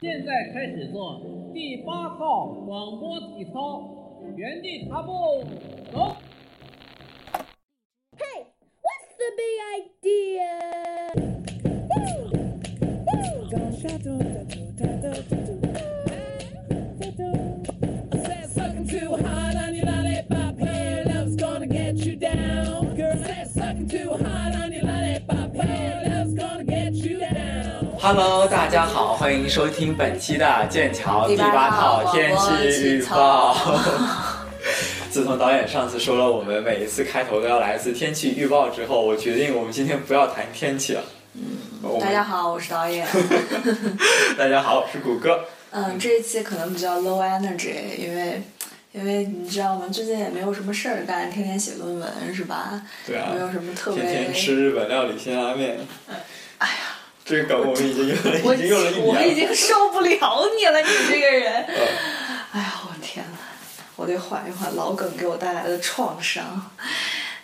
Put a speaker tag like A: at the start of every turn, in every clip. A: 现在开始做第八套广播体操，原地踏步，走。
B: Hey, what's the big idea?
C: Said sucking too hard on your lollipop, hey, love's gonna get you down. Girl, said sucking too hard on your lollipop, hey, love's gonna get you down.
D: Hello，大家好，欢迎收听本期的剑桥第八套天气预报。 自从导演上次说了我们每一次开头都要来自天气预报之后，我决定我们今天不要谈天气了。嗯，
E: 大家好，我是 导演。
D: 大家好，我是谷歌。
E: 嗯，这一期可能比较 low energy，因为因为你知道吗？最近也没有什么事儿干，天天写论文是吧？
D: 对啊，
E: 没有什么特别。
D: 天天吃日本料理辛拉面。哎呀，这个梗我们已经用了，
E: 我
D: 已经用了一年了。
E: 我已经受不了你了，你这个人。
D: 嗯
E: 哎呀，我天呐，我得缓一缓老梗给我带来的创伤。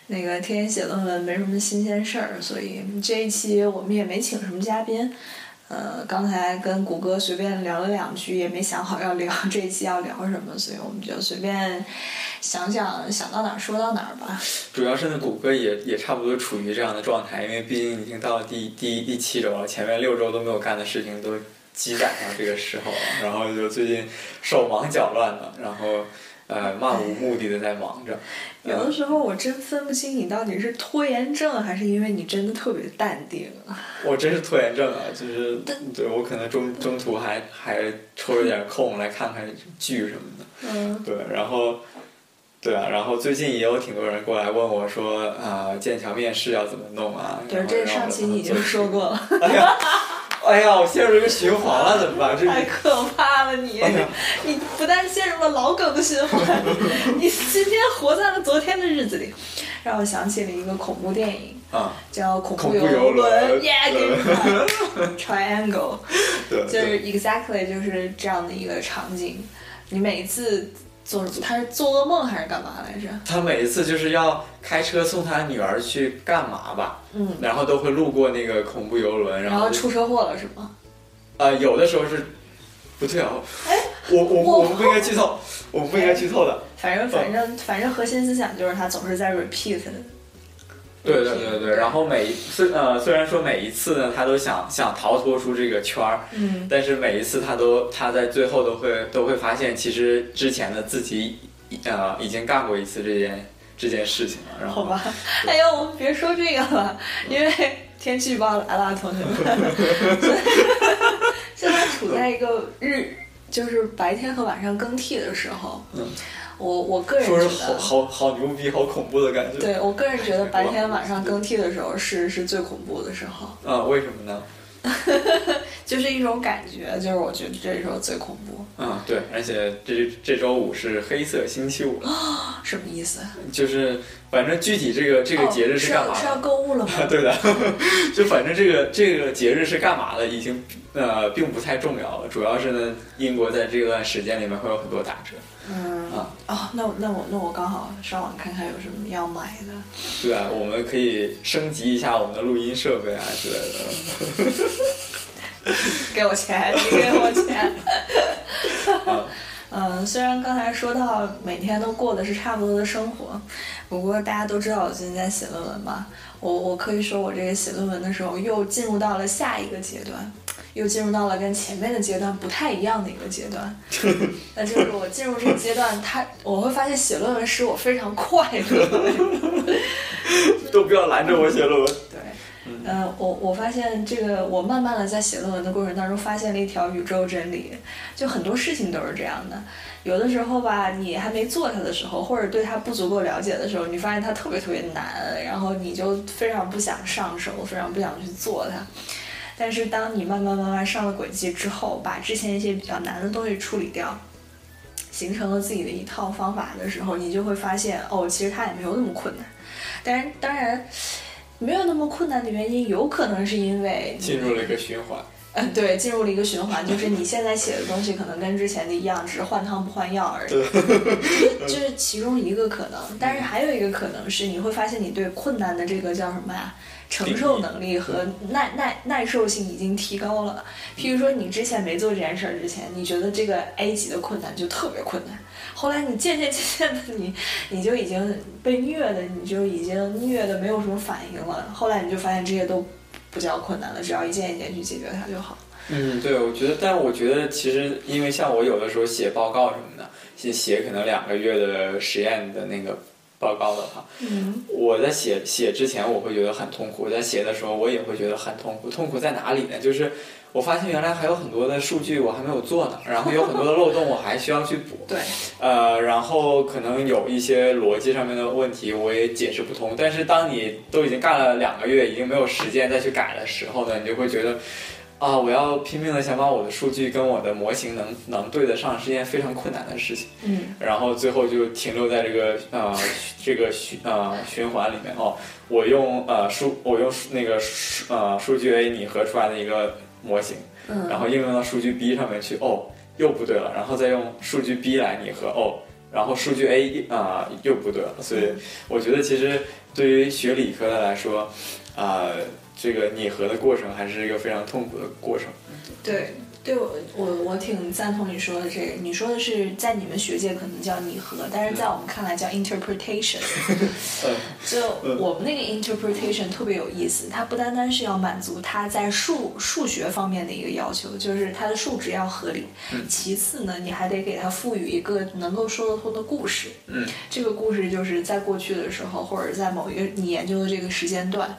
E: 那个天天写论文没什么新鲜事儿，所以这一期我们也没请什么嘉宾。呃，刚才跟谷歌随便聊了两句，也没想好要聊这一期要聊什么，所以我们就随便想想想到哪儿说到哪儿吧。
D: 主要是呢，谷歌也也差不多处于这样的状态，因为毕竟已经到第第第七周了，前面六周都没有干的事情都积攒到这个时候了，然后就最近手忙脚乱了，然后呃漫无目的的在忙着。
E: 有
D: 嗯
E: 的时候我真分不清你到底是拖延症，还是因为你真的特别淡定。啊
D: 我真是拖延症啊，就是对我可能中中途还还抽着点空来看看剧什么的。
E: 嗯，
D: 对，然后，对啊，然后最近也有挺多人过来问我说，啊、剑桥面试要怎么弄啊？
E: 对，
D: 然后
E: 这
D: 让我
E: 上期
D: 怎么
E: 你已经
D: 做
E: 说过了。
D: 哎呀，哎呀，我陷入一个循环了，怎么办？这
E: 太可怕了你！
D: 哎呀
E: 你不但陷入了老梗的循环， 你今天活在了昨天的日子里，让我想起了一个恐怖电影，
D: 啊，
E: 叫《恐
D: 恐怖游
E: 游
D: 轮
E: 耶，
D: 对
E: Triangle，
D: 对，
E: 就
D: 对
E: 是 exactly 就是这样的一个场景。你每一次做他是做噩梦还是干嘛来着？
D: 他每一次就是要开车送他女儿去干嘛吧，
E: 嗯，
D: 然后都会路过那个恐怖游轮，
E: 然
D: 然
E: 后
D: 后
E: 出车祸了是吗？
D: 呃，有的时候是，不对哦，我我
E: 哎我哎
D: 我们不应该剧透，我们不应该剧透的，
E: 反正反正反正核心思想就是他总是在 repeat
D: 对对对对，然后每一虽呃虽然说每一次呢，他都想想逃脱出这个圈儿，
E: 嗯，
D: 但是每一次他都他在最后都会都会发现，其实之前的自己呃已经干过一次这件这件事情了，然
E: 好
D: 后
E: 吧， 哎呦，我们别说这个了，因为天气预报来了，同学们。 现在处在一个日，就是白天和晚上更替的时候。
D: 嗯
E: 我我个人觉
D: 说是
E: 得，
D: 好好好牛逼，好恐怖的感觉。
E: 对我个人觉得白天晚上更替的时候是是最恐怖的时候，
D: 啊，为什么呢？
E: 就是一种感觉，就是我觉得这时候最恐怖，
D: 嗯，对，而且这这周五是黑色星期五，
E: 啊什么意思？
D: 就是反正具体这个这个节日
E: 哦、是
D: 干
E: 要
D: 嘛
E: 是
D: 的？
E: 要购物了吗？
D: 对的，就反正这个这个节日是干嘛的，已经呃并不太重要了。主要是呢，英国在这段时间里面会有很多打折，
E: 嗯，
D: 啊
E: 哦，那我那我那我刚好上网看看有什么要买的。
D: 对啊，我们可以升级一下我们的录音设备啊之类的。
E: 给我钱，你给我钱
D: 嗯。
E: 嗯，虽然刚才说到每天都过的是差不多的生活，不过大家都知道我最近在写论文嘛，我我可以说我这个写论文的时候又进入到了下一个阶段，又进入到了跟前面的阶段不太一样的一个阶段。那就是我进入这个阶段，它我会发现写论文使我非常快乐。
D: 都不要拦着我写论文。
E: 对，呃，我我发现这个，我慢慢的在写论文的过程当中，发现了一条宇宙真理，就很多事情都是这样的。有的时候吧，你还没做它的时候，或者对它不足够了解的时候，你发现它特别特别难，然后你就非常不想上手，非常不想去做它。但是当你慢慢慢慢上了轨迹之后，把之前一些比较难的东西处理掉，形成了自己的一套方法的时候，你就会发现，哦，其实它也没有那么困难。当然，当然，没有那么困难的原因，有可能是因为你
D: 进入了一个循环。
E: 嗯，对，进入了一个循环，就是你现在写的东西可能跟之前的一样，只是换汤不换药而已。 这是其中一个可能，但是还有一个可能是，你会发现你对困难的这个叫什么呀、承受能力和耐耐耐受性已经提高了。譬如说，你之前没做这件事儿之前，你觉得这个 A 级的困难就特别困难，后来你渐渐渐渐的你，你就已经被虐的，你就已经虐的没有什么反应了。后来你就发现这些都不叫困难了，只要一件一件去解决它就好。
D: 嗯，对，我觉得，但我觉得其实，因为像我有的时候写报告什么的，写写可能两个月的实验的那个报告的话，
E: 嗯，
D: 我在写写之前我会觉得很痛苦，在写的时候我也会觉得很痛苦。痛苦在哪里呢？就是我发现原来还有很多的数据我还没有做呢，然后有很多的漏洞我还需要去补。
E: 对，
D: 呃，然后可能有一些逻辑上面的问题，我也解释不通。但是当你都已经干了两个月，已经没有时间再去改的时候呢，你就会觉得，啊，我要拼命的想把我的数据跟我的模型能能对得上，是件非常困难的事情。
E: 嗯，
D: 然后最后就停留在这个呃这个循呃循环里面哦。我用呃数我用数那个数呃数据 A 拟合出来的一个模型，
E: 嗯
D: 然后应用到数据 B 上面去，哦又不对了，然后再用数据 B 来拟合，哦，然后数据 A 啊、又不对了。所以我觉得其实对于学理科的来说，啊、这个拟合的过程还是一个非常痛苦的过程。
E: 对，对我我我挺赞同你说的这个。你说的是在你们学界可能叫拟合，但是在我们看来叫 interpretation。
D: 嗯
E: 就我们那个 interpretation 特别有意思，它不单单是要满足它在数数学方面的一个要求，就是它的数值要合理。
D: 嗯
E: 其次呢，你还得给它赋予一个能够说得通的故事。
D: 嗯，
E: 这个故事就是在过去的时候，或者在某一个你研究的这个时间段，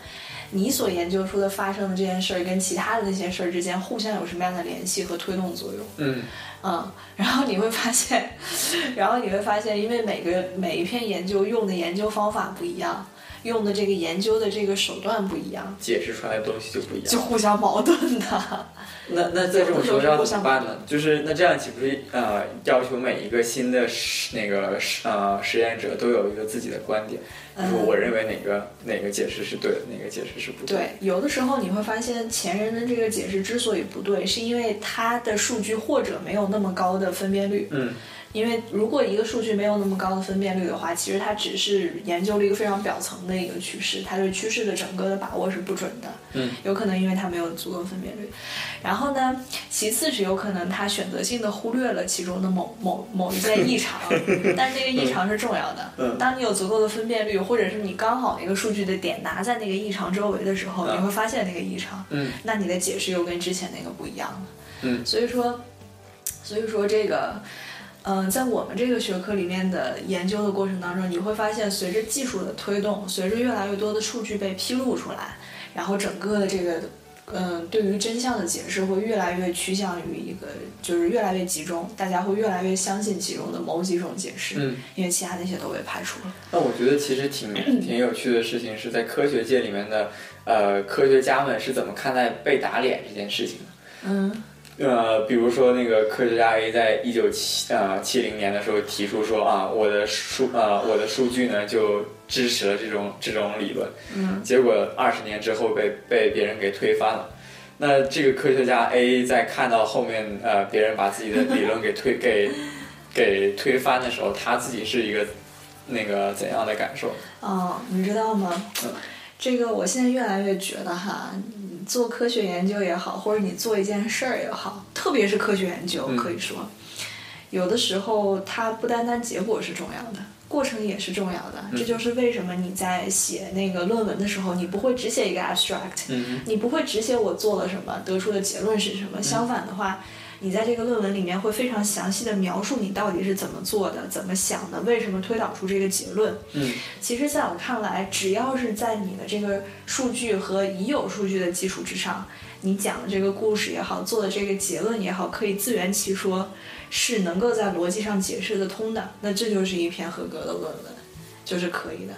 E: 你所研究出的发生的这件事儿跟其他的那些事儿之间互相有什么样的联系和推动作用。
D: 嗯
E: 嗯，然后你会发现， 然后你会发现，因为每个每一篇研究用的研究方法不一样，用的这个研究的这个手段不一样，
D: 解释出来的东西就不一样
E: 就。互相矛盾的。
D: 那那在这种情况下怎么办呢？就是那这样岂不是呃要求每一个新的实那个实呃实验者都有一个自己的观点，就是我认为哪个哪个解释是对的，哪个解释是不的。
E: 对，有的时候你会发现前人的这个解释之所以不对，是因为他的数据或者没有那么高的分辨率。
D: 嗯，
E: 因为如果一个数据没有那么高的分辨率的话，其实它只是研究了一个非常表层的一个趋势，它对趋势的整个的把握是不准的。
D: 嗯，
E: 有可能因为它没有足够分辨率。然后呢，其次是有可能它选择性的忽略了其中的某某某一件 异常，但是这个异常是重要的。
D: 嗯
E: 当你有足够的分辨率，或者是你刚好那个数据的点拿在那个异常周围的时候，
D: 嗯
E: 你会发现那个异常。
D: 嗯，
E: 那你的解释又跟之前那个不一样了。
D: 嗯
E: 所以说，所以说这个，嗯、在我们这个学科里面的研究的过程当中，你会发现，随着技术的推动，随着越来越多的数据被披露出来，然后整个的这个。嗯，对于真相的解释会越来越趋向于一个，就是越来越集中，大家会越来越相信其中的某几种解释，
D: 嗯
E: 因为其他那些都被排除了。
D: 那我觉得其实 挺挺有趣的事情是在科学界里面的呃科学家们是怎么看待被打脸这件事情的。
E: 嗯
D: 呃，比如说那个科学家 A 在一九七呃七零年的时候提出说啊，我的数呃我的数据呢就支持了这种这种理论，
E: 嗯，
D: 结果二十年之后被被别人给推翻了。那这个科学家 A 在看到后面呃别人把自己的理论给推给给推翻的时候，他自己是一个那个怎样的感受？
E: 哦，你知道吗？
D: 嗯
E: 这个我现在越来越觉得哈，你做科学研究也好，或者你做一件事儿也好，特别是科学研究，
D: 嗯
E: 可以说，有的时候它不单单结果是重要的，过程也是重要的。这就是为什么你在写那个论文的时候，你不会只写一个 abstract，、
D: 嗯
E: 你不会只写我做了什么，得出的结论是什么。相反的话，你在这个论文里面会非常详细的描述你到底是怎么做的、怎么想的、为什么推导出这个结论。
D: 嗯
E: 其实，在我看来，只要是在你的这个数据和已有数据的基础之上，你讲的这个故事也好，做的这个结论也好，可以自圆其说，是能够在逻辑上解释得通的，那这就是一篇合格的论文，就是可以的。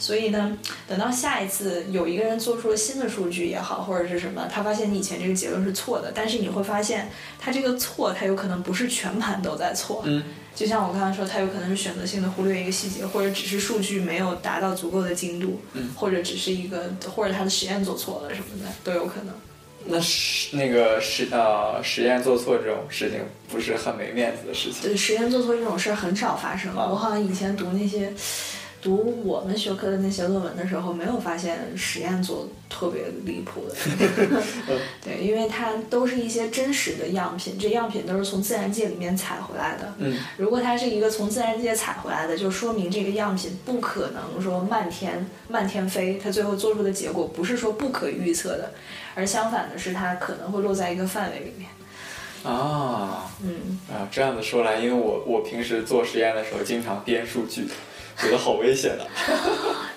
E: 所以呢，等到下一次有一个人做出了新的数据也好，或者是什么，他发现你以前这个结论是错的，但是你会发现他这个错，他有可能不是全盘都在错，
D: 嗯
E: 就像我刚才说，它有可能是选择性的忽略一个细节，或者只是数据没有达到足够的精度，
D: 嗯
E: 或者只是一个，或者它的实验做错了什么的都有可能。
D: 那实那个实呃实验做错这种事情不是很没面子的事情。
E: 对，实验做错这种事儿很少发生。
D: 啊
E: 我好像以前读那些读我们学科的那些论文的时候，没有发现实验组特别离 谱的。
D: 嗯
E: 对，因为它都是一些真实的样品，这样品都是从自然界里面采回来的。
D: 嗯，
E: 如果它是一个从自然界采回来的，就说明这个样品不可能说漫天漫天飞，它最后做出的结果不是说不可预测的，而相反的是它可能会落在一个范围里面。
D: 啊
E: 嗯，
D: 啊，这样子说来，因为我我平时做实验的时候经常编数据，觉得好危险啊。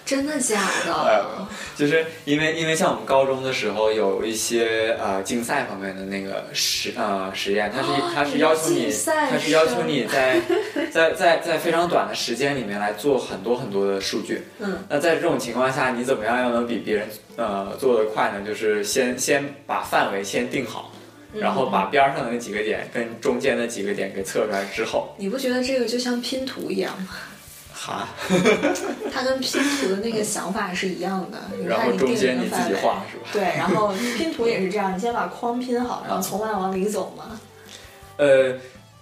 E: 真的假
D: 哎
E: 的
D: 呦？ 就是因为因为像我们高中的时候有一些呃竞赛方面的那个实呃实验，它是它是要求
E: 哦竞
D: 你，
E: 赛
D: 它是要
E: 是
D: 求
E: 吧
D: 你在在在在非常短的时间里面来做很多很多的数据。
E: 嗯，
D: 那在这种情况下，你怎么样要能比别人呃做得快呢？就是先先把范围先定好，
E: 嗯
D: 然后把边儿上的那几个点跟中间的几个点给测出来之后，
E: 你不觉得这个就像拼图一样吗？
D: 哈，
E: 它跟拼图的那个想法是一样的。你
D: 然
E: 看
D: 后
E: 你定
D: 中
E: 一
D: 间
E: 个
D: 你自
E: 范
D: 己
E: 围
D: 画是吧？
E: 对，然后拼图也是这样，你先把框拼好，然后从外往里走嘛。
D: 呃，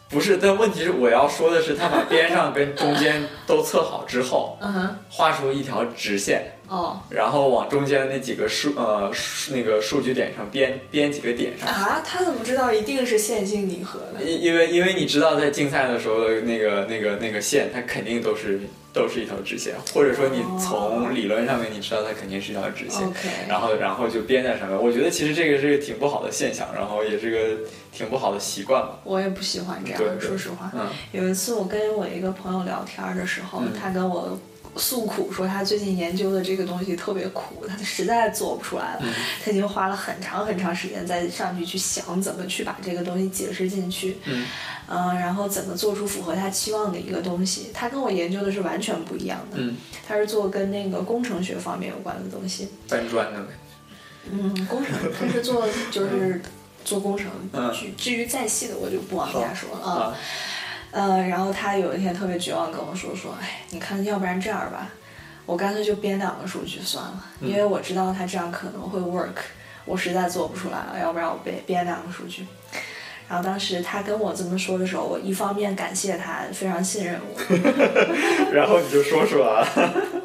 D: 不是，但问题是我要说的是，他把边上跟中间都测好之后，
E: 嗯哼，
D: 画出一条直线，
E: 哦，
D: 然后往中间那几个数呃数那个数据点上编编几个点上。
E: 啊，他怎么知道一定是线性拟合的？
D: 因因为因为你知道，在竞赛的时候的那个那个那个线，它肯定都是都是一条直线，或者说你从理论上面你知道它肯定是一条直线
E: 哦 OK
D: 然后然后就编在上面。我觉得其实这个是个挺不好的现象，然后也是个挺不好的习惯吧。
E: 我也不喜欢这
D: 对
E: 样，
D: 对
E: 啊说实话。
D: 嗯
E: 有一次我跟我一个朋友聊天的时候，
D: 嗯
E: 他跟我诉苦说他最近研究的这个东西特别苦，他实在做不出来
D: 嗯
E: 了，他已经花了很长很长时间在上去去想怎么去把这个东西解释进去，
D: 嗯
E: 嗯、然后怎么做出符合他期望的一个东西。他跟我研究的是完全不一样的，
D: 嗯，
E: 他是做跟那个工程学方面有关的东西，
D: 搬砖的呗。
E: 嗯，工程，他是做就是做工程，
D: 嗯
E: 至至于再细的我就不往下说了啊
D: 啊。
E: 呃，然后他有一天特别绝望跟我说说，哎，你看，要不然这样吧，我干脆就编两个数据算了，因为我知道他这样可能会 work，我实在做不出来了，要不然我编编两个数据。然后当时他跟我这么说的时候，我一方面感谢他非常信任我，
D: 然后你就说啊出来了。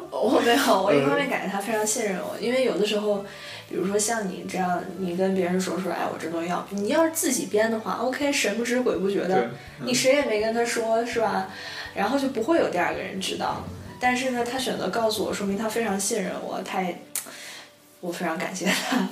E: 我哦没有，我一方面感觉他非常信任我，因为有的时候，比如说像你这样，你跟别人说说，哎，我这东西要，你要是自己编的话，OK，神不知鬼不觉
D: 对
E: 的，你谁也没跟他说，是吧？然后就不会有第二个人知道。
D: 嗯
E: 但是呢，他选择告诉我，说明他非常信任我，他也，我非常感谢他。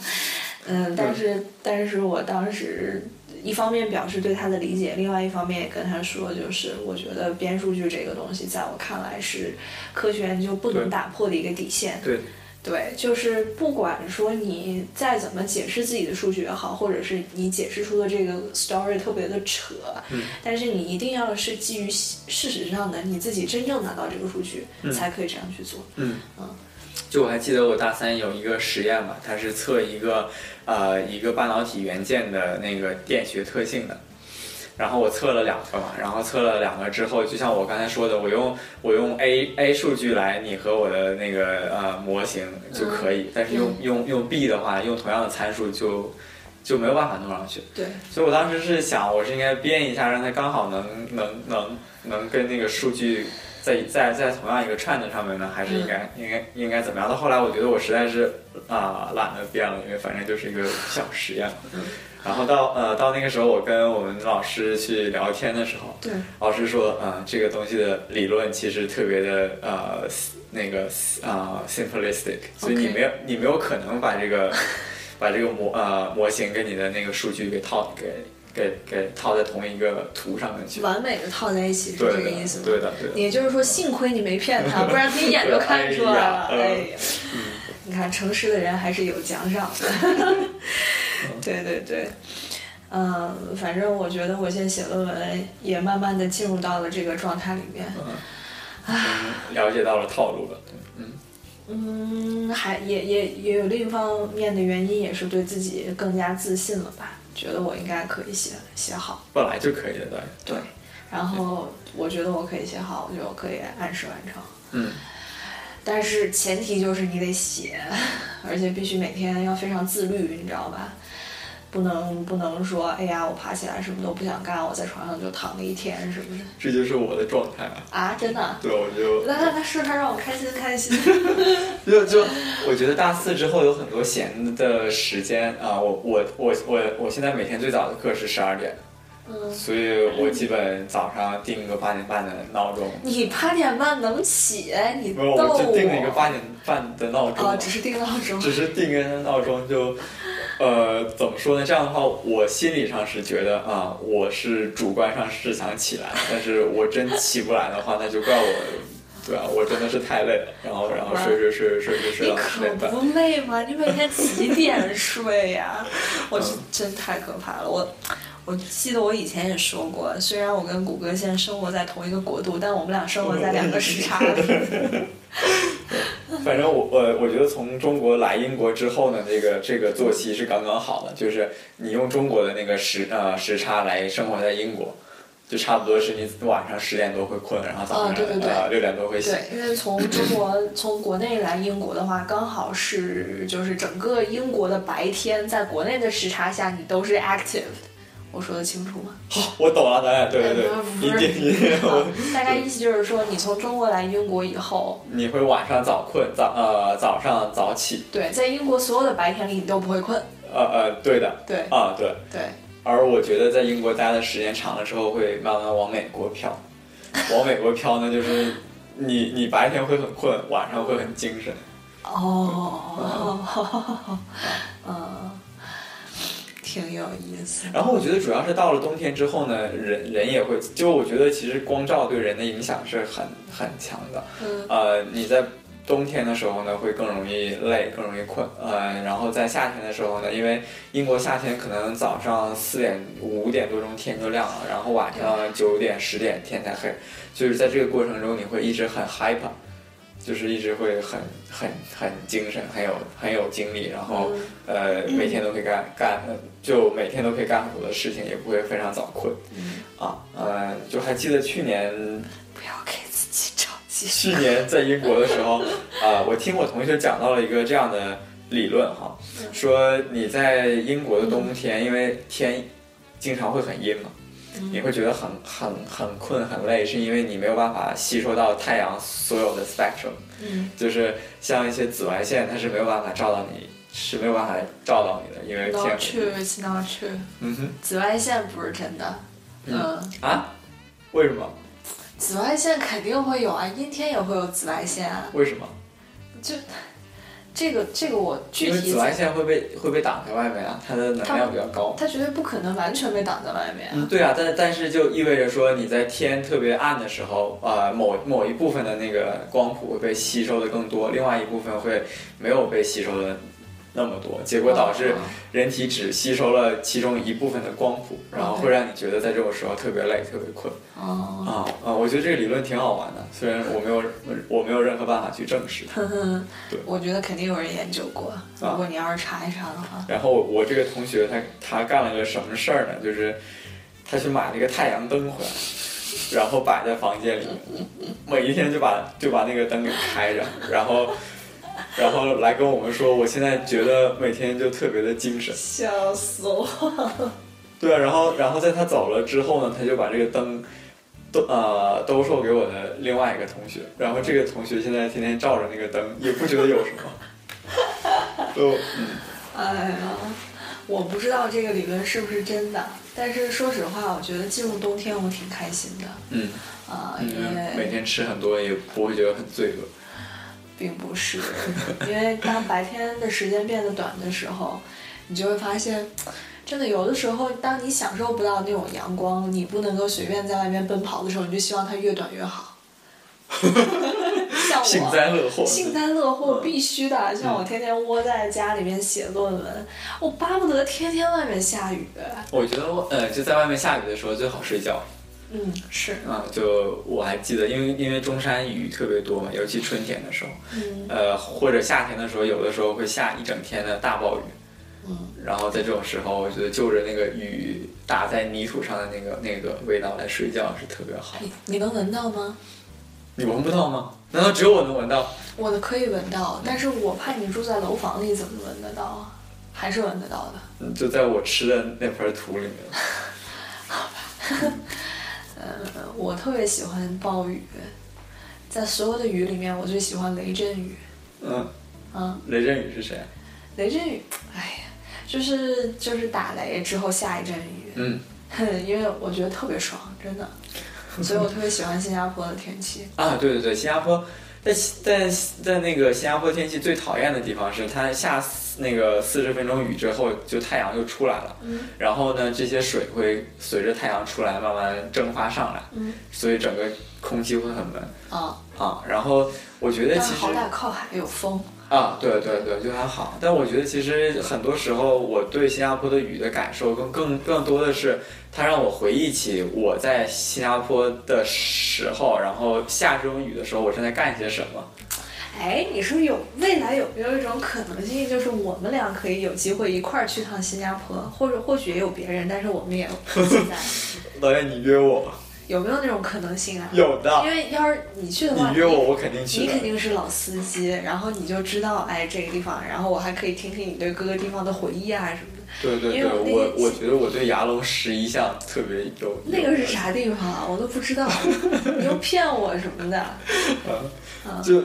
E: 嗯，但是，但是我当时一方面表示对他的理解，另外一方面也跟他说，就是我觉得编数据这个东西，在我看来是科学研究不
D: 对
E: 能打破的一个底线。
D: 对，
E: 对，就是不管说你再怎么解释自己的数学也好，或者是你解释出的这个 story 特别的扯，
D: 嗯
E: 但是你一定要是基于事事实上的，你自己真正拿到这个数据，才可以这样去做。
D: 嗯
E: 嗯，
D: 就我还记得我大三有一个实验嘛，它是测一个呃一个半导体元件的那个电学特性的。然后我测了两个嘛，然后测了两个之后，就像我刚才说的，我用我用 A A 数据来拟合我的那个呃模型就可以，但是用用用 B 的话，用同样的参数就就没有办法弄上去。
E: 对，
D: 所以我当时是想，我是应该编一下，让它刚好能能能能跟那个数据在在在同样一个 trend 上面呢，还是应该、
E: 嗯
D: 应该应该怎么样？到后来我觉得我实在是啊、懒得编了，因为反正就是一个小实验嘛。
E: 嗯
D: 然后到呃到那个时候，我跟我们老师去聊天的时候，
E: 对
D: 老师说，嗯、这个东西的理论其实特别的呃那个呃 simplistic，所以你
E: OK
D: 没有你没有可能把这 个把这个模呃模型跟你的那个数据给套给给给套在同一个图上面去。
E: 完美的套在一起是
D: 对
E: 这
D: 的
E: 个意思吗？
D: 对的对的
E: 也就是说，幸亏你没骗他，不然他一眼就看出来 了。
D: 哎呀
E: 哎呀， 你看诚实的人还是有奖赏的。
D: 嗯
E: 对对对。嗯，反正我觉得我现在写论文也慢慢的进入到了这个状态里面，
D: 了解到了套路了。嗯，
E: 嗯，还也也也有另一方面的原因，也是对自己更加自信了吧？觉得我应该可以写写好，
D: 本来就可以的，对。
E: 对。然后我觉得我可以写好，我觉得我可以按时完成。
D: 嗯，
E: 但是前提就是你得写，而且必须每天要非常自律，你知道吧？不能不能说，哎呀，我爬起来什么都不想干，我在床上就躺了一天什么的
D: 这就是我的状态啊。
E: 啊，真的。
D: 对，我 就
E: 那那那是他让我开心开心。
D: 就就，我觉得大四之后有很多闲的时间啊、我我我我我现在每天最早的课是十二点，
E: 嗯，
D: 所以我基本早上定个八点半的闹钟，
E: 你八点半能起？你
D: 没
E: 逗
D: 有，我就定了一个
E: 我
D: 八点半的闹钟，
E: 哦，只是定闹钟。
D: 只是定个闹钟就，呃，怎么说呢？这样的话，我心理上是觉得啊，我是主观上是想起来，但是我真起不来的话，那就怪我，对啊，我真的是太累了，然后然后睡睡睡睡睡睡
E: 你
D: 到十
E: 可
D: 点半。
E: 不累吗？你每天几点睡呀、我是真太可怕了。我我记得我以前也说过，虽然我跟谷歌现在生活在同一个国度，但我们俩生活在两个时差里。
D: 反正我呃我我觉得从中国来英国之后呢，这个这个作息是刚刚好的，就是你用中国的那个时呃时差来生活在英国，就差不多是你晚上十点多会困，然后早上、
E: 哦对对对
D: 呃六点多会醒。
E: 对，因为从中国从国内来英国的话，刚好是就是整个英国的白天，在国内的时差下，你都是 active 的。我说的清楚吗？
D: 我懂了，导演，对对对
E: 嗯，
D: 你
E: 不是
D: 你你
E: 啊
D: 我，
E: 大概意思就是说，你从中国来英国以后，
D: 你会晚上早困，早呃早上早起，
E: 对，在英国所有的白天里你都不会困。
D: 呃呃，对的，
E: 对
D: 啊对。
E: 对。
D: 而我觉得在英国待的时间长了之后，会慢慢往美国飘，往美国飘呢，就是你你白天会很困，晚上会很精神。
E: 哦，嗯，挺有意思。
D: 然后我觉得主要是到了冬天之后呢，人人也会，就我觉得其实光照对人的影响是很很强的。
E: 嗯
D: 呃，你在冬天的时候呢，会更容易累，更容易困。呃，然后在夏天的时候呢，因为英国夏天可能早上四点五点多钟天就亮了，然后晚上九点十点天才黑，就是在这个过程中你会一直很 hyper。就是一直会很很很精神，很有很有精力，然后、呃每天都可以干干，呃就每天都可以干很多的事情，也不会非常早困。啊，呃，就还记得去年
E: 不要给自己找借口。
D: 去年在英国的时候，啊，我听我同学讲到了一个这样的理论哈，说你在英国的冬天，因为天经常会很阴嘛，你会觉得很很很困很累，是因为你没有办法吸收到太阳所有的 spectrum，
E: 嗯
D: 就是像一些紫外线，它是没有办法照到你，是没有办法照到你的，因为天
E: ，no
D: 很
E: truth, no truth。
D: 嗯哼
E: 紫外线不是真的，嗯，
D: 啊，为什么？
E: 紫外线肯定会有啊，阴天也会有紫外线啊。
D: 为什么？
E: 就这个，这个我具
D: 因为
E: 体
D: 紫外线会被会被挡在外面啊，它的能量比较高。
E: 它绝对不可能完全被挡在外面啊。
D: 嗯，对啊，但但是就意味着说你在天特别暗的时候，呃，某某一部分的那个光谱会被吸收的更多，另外一部分会没有被吸收的那么多，结果导致
E: 哦
D: 人体只吸收了其中一部分的光谱，然后会让你觉得在这种时候特别累、特别困
E: 哦，
D: 啊啊！我觉得这个理论挺好玩的，虽然我没有我没有任何办法去证实它。
E: 我觉得肯定有人研究过，如果你要是查一查的话。
D: 然后我这个同学他他干了个什么事儿呢？就是他去买了一个太阳灯回来，然后摆在房间里，每一天就把就把那个灯给开着，然后然后来跟我们说，我现在觉得每天就特别的精神。
E: 笑死我！
D: 对啊，然后然后在他走了之后呢，他就把这个灯。都呃兜售给我的另外一个同学，然后这个同学现在天天照着那个灯，也不觉得有什么，就 嗯
E: 哎呀，我不知道这个理论是不是真的，但是说实话，我觉得进入冬天我挺开心的
D: 嗯。
E: 啊，因
D: 嗯，每
E: 为
D: 天吃很多也不会觉得很罪恶。
E: 并不是，因为当白天的时间变得短的时候，你就会发现。真的，有的时候，当你享受不到那种阳光，你不能够随便在外面奔跑的时候，你就希望它越短 越好。像我，
D: 幸灾乐祸，嗯
E: 幸灾乐祸必须的，像我天天窝在家里面写论文，我巴不得天天外面下雨。
D: 我觉得我呃，就在外面下雨的时候最好睡觉。
E: 嗯，是，
D: 啊，就我还记得，因为因为中山雨特别多嘛，尤其春天的时候，
E: 嗯
D: 呃，或者夏天的时候，有的时候会下一整天的大暴雨。
E: 嗯，
D: 然后在这种时候，我觉得就着那个雨打在泥土上的那个那个味道来睡觉是特别好。
E: 你你能闻到吗？
D: 你闻不到吗？难道只有我能闻到？
E: 我的可以闻到，但是我怕你住在楼房里，怎么闻得到啊？还是闻得到的。
D: 嗯就在我吃的那盆土里面。
E: 呃我特别喜欢暴雨，在所有的雨里面，我最喜欢雷阵雨。
D: 嗯，
E: 嗯，
D: 雷阵雨是谁啊？
E: 雷阵雨，哎呀，就是就是打雷之后下一阵雨，
D: 嗯，
E: 因为我觉得特别爽，真的。所以我特别喜欢新加坡的天气。
D: 啊，对对对，新加坡，在在在那个新加坡天气最讨厌的地方是，它下四那个四十分钟雨之后，就太阳就出来了，
E: 嗯
D: 然后呢，这些水会随着太阳出来慢慢蒸发上来，
E: 嗯
D: 所以整个空气会很闷
E: 啊，
D: 啊。然后我觉得
E: 但
D: 哎其实
E: 好歹靠海有风。
D: 啊，对对对，就还好。但我觉得其实很多时候，我对新加坡的雨的感受更更更多的是，它让我回忆起我在新加坡的时候，然后下这种雨的时候，我正在干些什么。
E: 哎，你说有未来有没有一种可能性，就是我们俩可以有机会一块儿去趟新加坡，或者或许也有别人，但是我们也不存在，
D: 导演，你约我？
E: 有没有那种可能性啊？
D: 有
E: 因
D: 的，
E: 为要是你去的话，
D: 你约我，我肯定去
E: 你肯
D: 的。
E: 定是老司机，然后你就知道哎这个地方，然后我还可以听听你对各个地方的回忆啊什么的。
D: 对对
E: 因
D: 对，
E: 为我那
D: 我
E: 个
D: 我觉得我对牙楼十一巷特别有
E: 那个是啥地方啊？我都不知道，你又骗我什 么的？
D: 就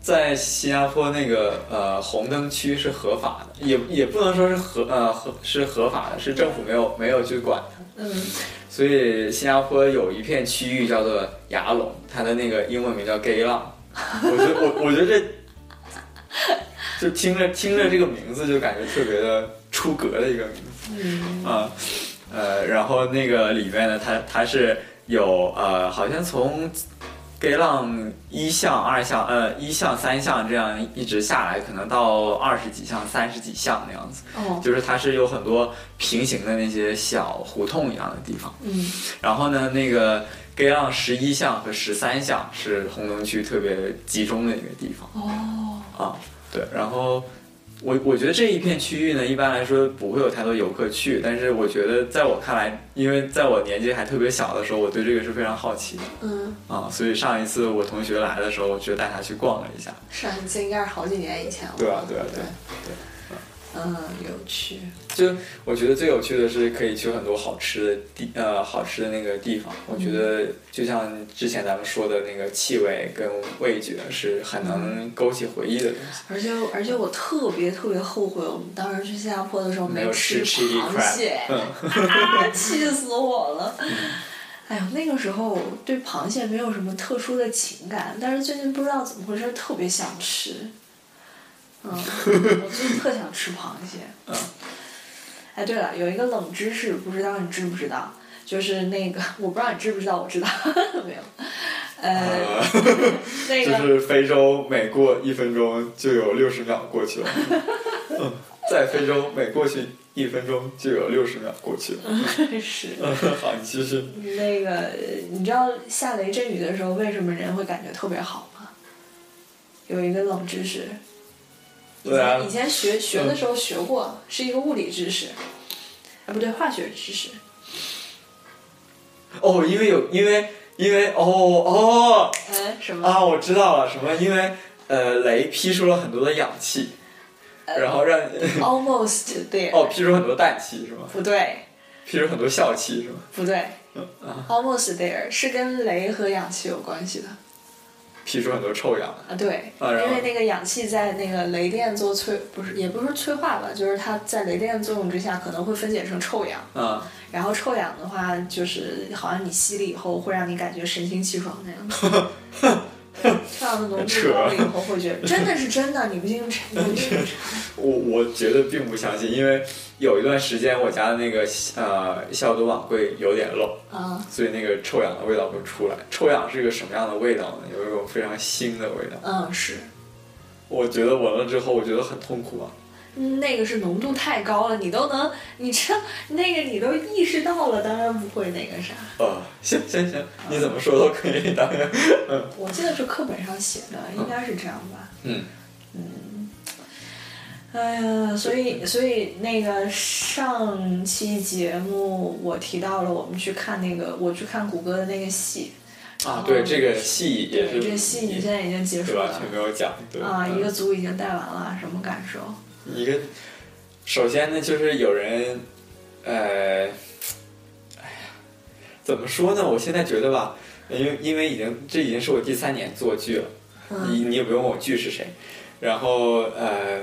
D: 在新加坡那个呃红灯区是合法的，也也不能说是合呃合是合法的，是政府没有没有去管它。
E: 嗯，
D: 所以新加坡有一片区域叫做雅龙，它的那个英文名叫 gay 浪。我觉得我我觉得这就听着听着这个名字就感觉特别的出格的一个名字。啊，呃，然后那个里面呢，它它是有呃，好像从 gay 浪一项、二项、呃一项、三项这样一直下来，可能到二十几项、三十几项那样子。
E: 哦，
D: 就是它是有很多平行的那些小胡同一样的地方。
E: 嗯，
D: 然后呢，那个 gay 浪十一巷和十三巷是红灯区特别集中的一个地方
E: 哦，
D: 啊。对，然后我我觉得这一片区域呢，一般来说不会有太多游客去，但是我觉得在我看来，因为在我年纪还特别小的时候，我对这个是非常好奇的
E: 嗯，
D: 啊。所以上一次我同学来的时候，我就带他去逛了一下。
E: 上一次应该是好几年以前了。
D: 对啊对啊对啊
E: 嗯，有趣。
D: 就我觉得最有趣的是可以去很多好吃的地，呃，好吃的那个地方。我觉得就像之前咱们说的那个气味跟味觉是很能勾起回忆的东西。
E: 而且而且我特别特别后悔，我们当时去新加坡的时候
D: 没有
E: 吃
D: 吃 chili
E: 螃
D: crab
E: 蟹，啊，
D: 嗯
E: 气死我了！哎呀，那个时候对螃蟹没有什么特殊的情感，但是最近不知道怎么回事，特别想吃。嗯，我最近特想吃螃蟹。
D: 嗯。
E: 哎，对了，有一个冷知识，不知道你知不知道？就是那个，我不知道你知不知道，我知道 没有。呃，
D: 呃，
E: 那
D: 就
E: 个。
D: 是非洲每过一分钟就有六十秒过 去了。嗯，在非洲每过去一分钟就有六十秒过去了。
E: 是
D: 嗯，好，你继续。
E: 那个，呃你知道下雷阵雨的时候，为什么人会感觉特别好吗？有一个冷知识，以
D: 对啊
E: 前以前学学的时候学过，是一个物理知识，啊不对，化学知识。
D: 哦，因为有，因为，因为，哦哦。
E: 嗯，什么？
D: 啊，我知道了，什么？因为呃，雷劈出了很多的氧气，然后让
E: Almost there。
D: 哦，劈出很多氮气是吗？
E: 不对，
D: 劈出很多笑气是吗？
E: 不对
D: 嗯啊，
E: ，Almost there 是跟雷和氧气有关系的。
D: 劈出很多臭氧。
E: 啊，对，
D: 啊然后
E: 因为那个氧气在那个雷电做催，不是，也不是说催化吧，就是它在雷电作用之下可能会分解成臭氧。
D: 啊，
E: 然后臭氧的话，就是好像你吸了以后会让你感觉神清气爽那样。臭氧的浓度高了以后会觉得，真的是真的，你不信查，你不信查。
D: 我我觉得并不相信，因为有一段时间我家的那个呃消毒碗柜有点漏，
E: 啊，
D: 所以那个臭氧的味道会出来。臭氧是一个什么样的味道呢？有一种非常腥的味道。
E: 嗯，是，
D: 我觉得闻了之后，我觉得很痛苦啊。
E: 嗯那个是浓度太高了，你都能，你这那个你都意识到了，当然不会那个啥。
D: 呃，行行行，你怎么说都可以，当然，嗯
E: 我记得是课本上写的，应该是这样吧。
D: 嗯。
E: 哎呀，所以所以那个上期节目我提到了，我们去看那个，我去看谷歌的那个戏，
D: 啊，对，这个戏也
E: 哦对，
D: 是，
E: 这戏你现在已经结束
D: 对吧？
E: 了
D: 全没有讲，对
E: 啊，
D: 嗯
E: 一个组已经带完了，什么感受？
D: 一个首先呢，就是有人，呃，哎呀，怎么说呢？我现在觉得吧，因为因为已经这已经是我第三年做剧了，
E: 嗯
D: 你你也不用问我剧是谁，然后呃，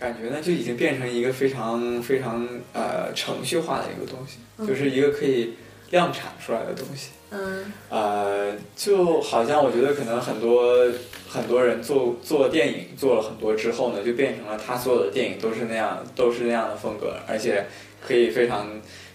D: 感觉呢就已经变成一个非常非常呃程序化的一个东西，就是一个可以量产出来的东西。
E: 嗯
D: 呃，就好像我觉得可能很多很多人做做电影做了很多之后呢，就变成了他所有的电影都是那样都是那样的风格，而且可以非常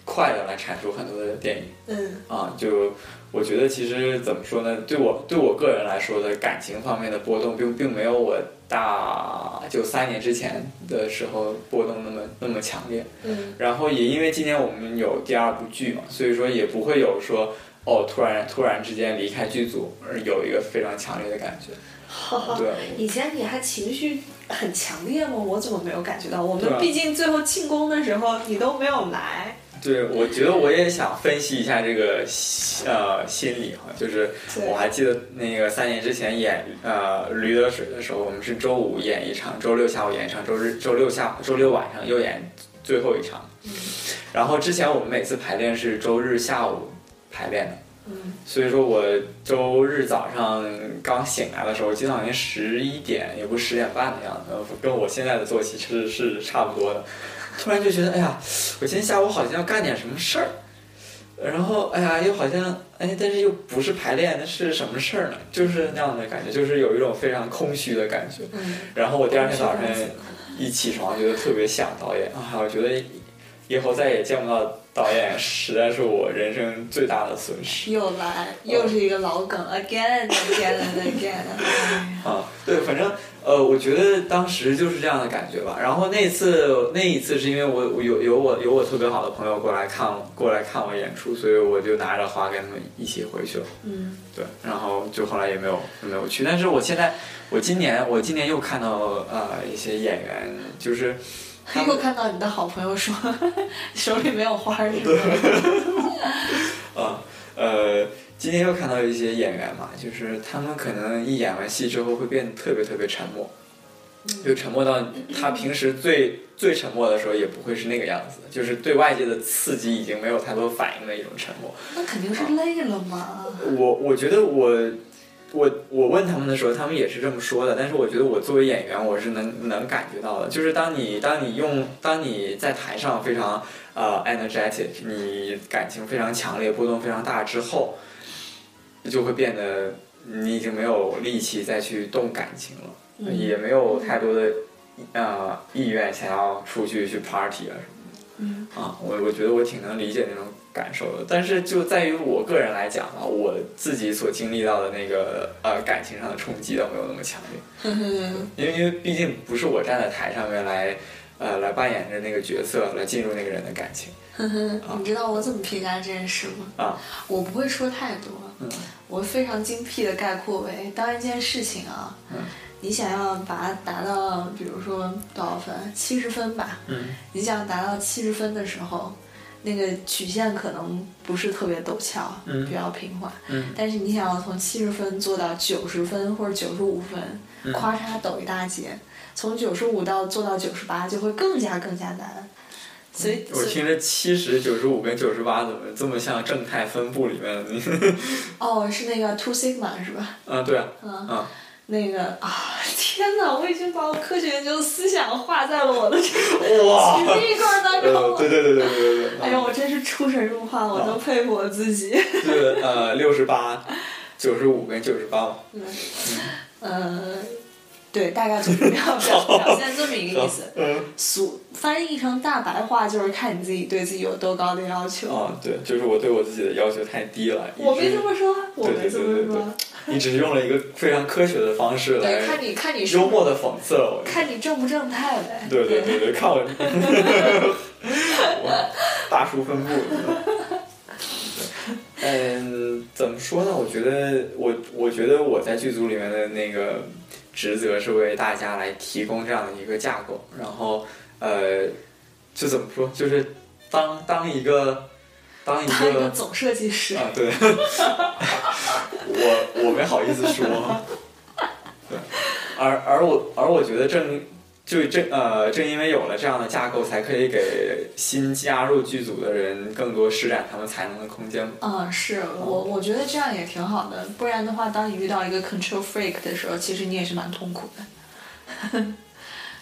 D: 快的来产出很多的电影
E: 嗯
D: 啊。就我觉得其实怎么说呢，对我对我个人来说的感情方面的波动并并没有我大就三年之前的时候波动那么那么强烈。
E: 嗯
D: 然后也因为今年我们有第二部剧嘛，所以说也不会有说哦突然突然之间离开剧组而有一个非常强烈的感觉。对，
E: 哦
D: 啊
E: 以前你还情绪很强烈吗？我怎么没有感觉到？我
D: 对啊
E: 们毕竟最后庆功的时候你都没有来。
D: 对，我觉得我也想分析一下这个心呃心理哈，就是
E: 对
D: 我还记得那个三年之前演呃《驴得水》的时候，我们是周五演一场，周六下午演一场，周日周六下周六晚上又演最后一场。
E: 嗯
D: 然后之前我们每次排练是周日下午排练的，
E: 嗯
D: 所以说我周日早上刚醒来的时候，今早已经十一点，也不十点半的样子，跟我现在的作息是是差不多的。突然就觉得，哎呀，我今天下午好像要干点什么事儿，然后哎呀，又好像哎，但是又不是排练，那是什么事儿呢？就是那样的感觉，就是有一种非常空虚的感觉。
E: 嗯，
D: 然后我第二天早上一起床，觉得特别想导演啊，我觉得以后再也见不到导演，实在是我人生最大的损失。
E: 又来，
D: 嗯
E: 又是一个老梗，again again and again。
D: 啊，对，反正呃，我觉得当时就是这样的感觉吧。然后那一次那一次是因为我我有有我有我特别好的朋友过来看我过来看我演出，所以我就拿着花跟他们一起回去了。
E: 嗯
D: 对，然后就后来也没有也没有去。但是我现在我今年我今年又看到呃一些演员就是。他们
E: 又看到你的好朋友说 手里没有花儿是吗？
D: 啊，呃，今天又看到一些演员嘛，就是他们可能一演完戏之后会变得特别特别沉默，就沉默到他平时最最沉默的时候也不会是那个样子，就是对外界的刺激已经没有太多反应的一种沉默。
E: 那肯定是累了
D: 啊
E: 嘛。
D: 我我觉得我我我问他们的时候，他们也是这么说的。但是我觉得我作为演员，我是能能感觉到的。就是当你当你用当你在台上非常呃 energetic，你感情非常强烈，波动非常大之后，就会变得你已经没有力气再去动感情了，
E: 嗯
D: 也没有太多的呃意愿想要出去去 party 啊什么的。
E: 嗯
D: 啊，我我觉得我挺能理解那种感受的，但是就在于我个人来讲啊，我自己所经历到的那个呃感情上的冲击倒没有那么强烈，
E: 嗯
D: 因为因为毕竟不是我站在台上面来呃来扮演着那个角色来进入那个人的感情
E: 你知道我怎么评价这件事吗？
D: 啊，
E: 我不会说太多，
D: 嗯
E: 我非常精辟的概括为：当一件事情啊，
D: 嗯
E: 你想要把它达到，比如说多少分？七十分吧。
D: 嗯
E: 你想要达到七十分的时候，那个曲线可能不是特别陡峭，
D: 嗯
E: 比较平缓。
D: 嗯
E: 但是你想要从七十分做到九十分或者九十五
D: 嗯
E: 分，咔嚓抖一大截，从九十五到做到九十八就会更加更加难。所以，
D: 嗯我
E: 所以
D: 听着七十九十五跟九十八怎么这么像正态分布里面的？
E: 哦，是那个 two sigma 是吧？
D: 啊，对啊，
E: 嗯
D: 啊，
E: 那个啊，天哪！我已经把我科学研究的思想画在了我的这个
D: 哇
E: 体力罐当
D: 呃，对啊
E: 中。
D: 对对对对对对，啊
E: 哎呦，我真是出神入化，我都佩服我自己。
D: 是呃六十八、九十五跟九十八嘛，
E: 嗯呃，对，大概就是表表 表现这么一个意思。
D: 嗯。
E: 俗翻译成大白话就是看你自己对自己有多高的要求。
D: 啊，对，就是我对我自己的要求太低了，一
E: 我
D: 直
E: 没这么说，我
D: 对
E: 没
D: 对
E: 这
D: 对
E: 么
D: 对对
E: 说。，
D: 你只是用了一个非常科学的方式来
E: 对，看你看你是
D: 幽默的讽刺了我。
E: 看你正不正太呗。
D: 对对对对，看 我，我大叔分布。对嗯，怎么说呢？我觉得我我觉得我在剧组里面的那个职责是为大家来提供这样的一个架构，然后呃，就怎么说，就是当当一个当一
E: 当一
D: 个
E: 个总设计师，
D: 啊，对， 我我没好意思说，对，而而我而我觉得正就正呃，正因为有了这样的架构，才可以给新加入剧组的人更多施展他们才能的空间。
E: 嗯，是我我觉得这样也挺好的，不然的话，当你遇到一个 control freak 的时候，其实你也是蛮痛苦的。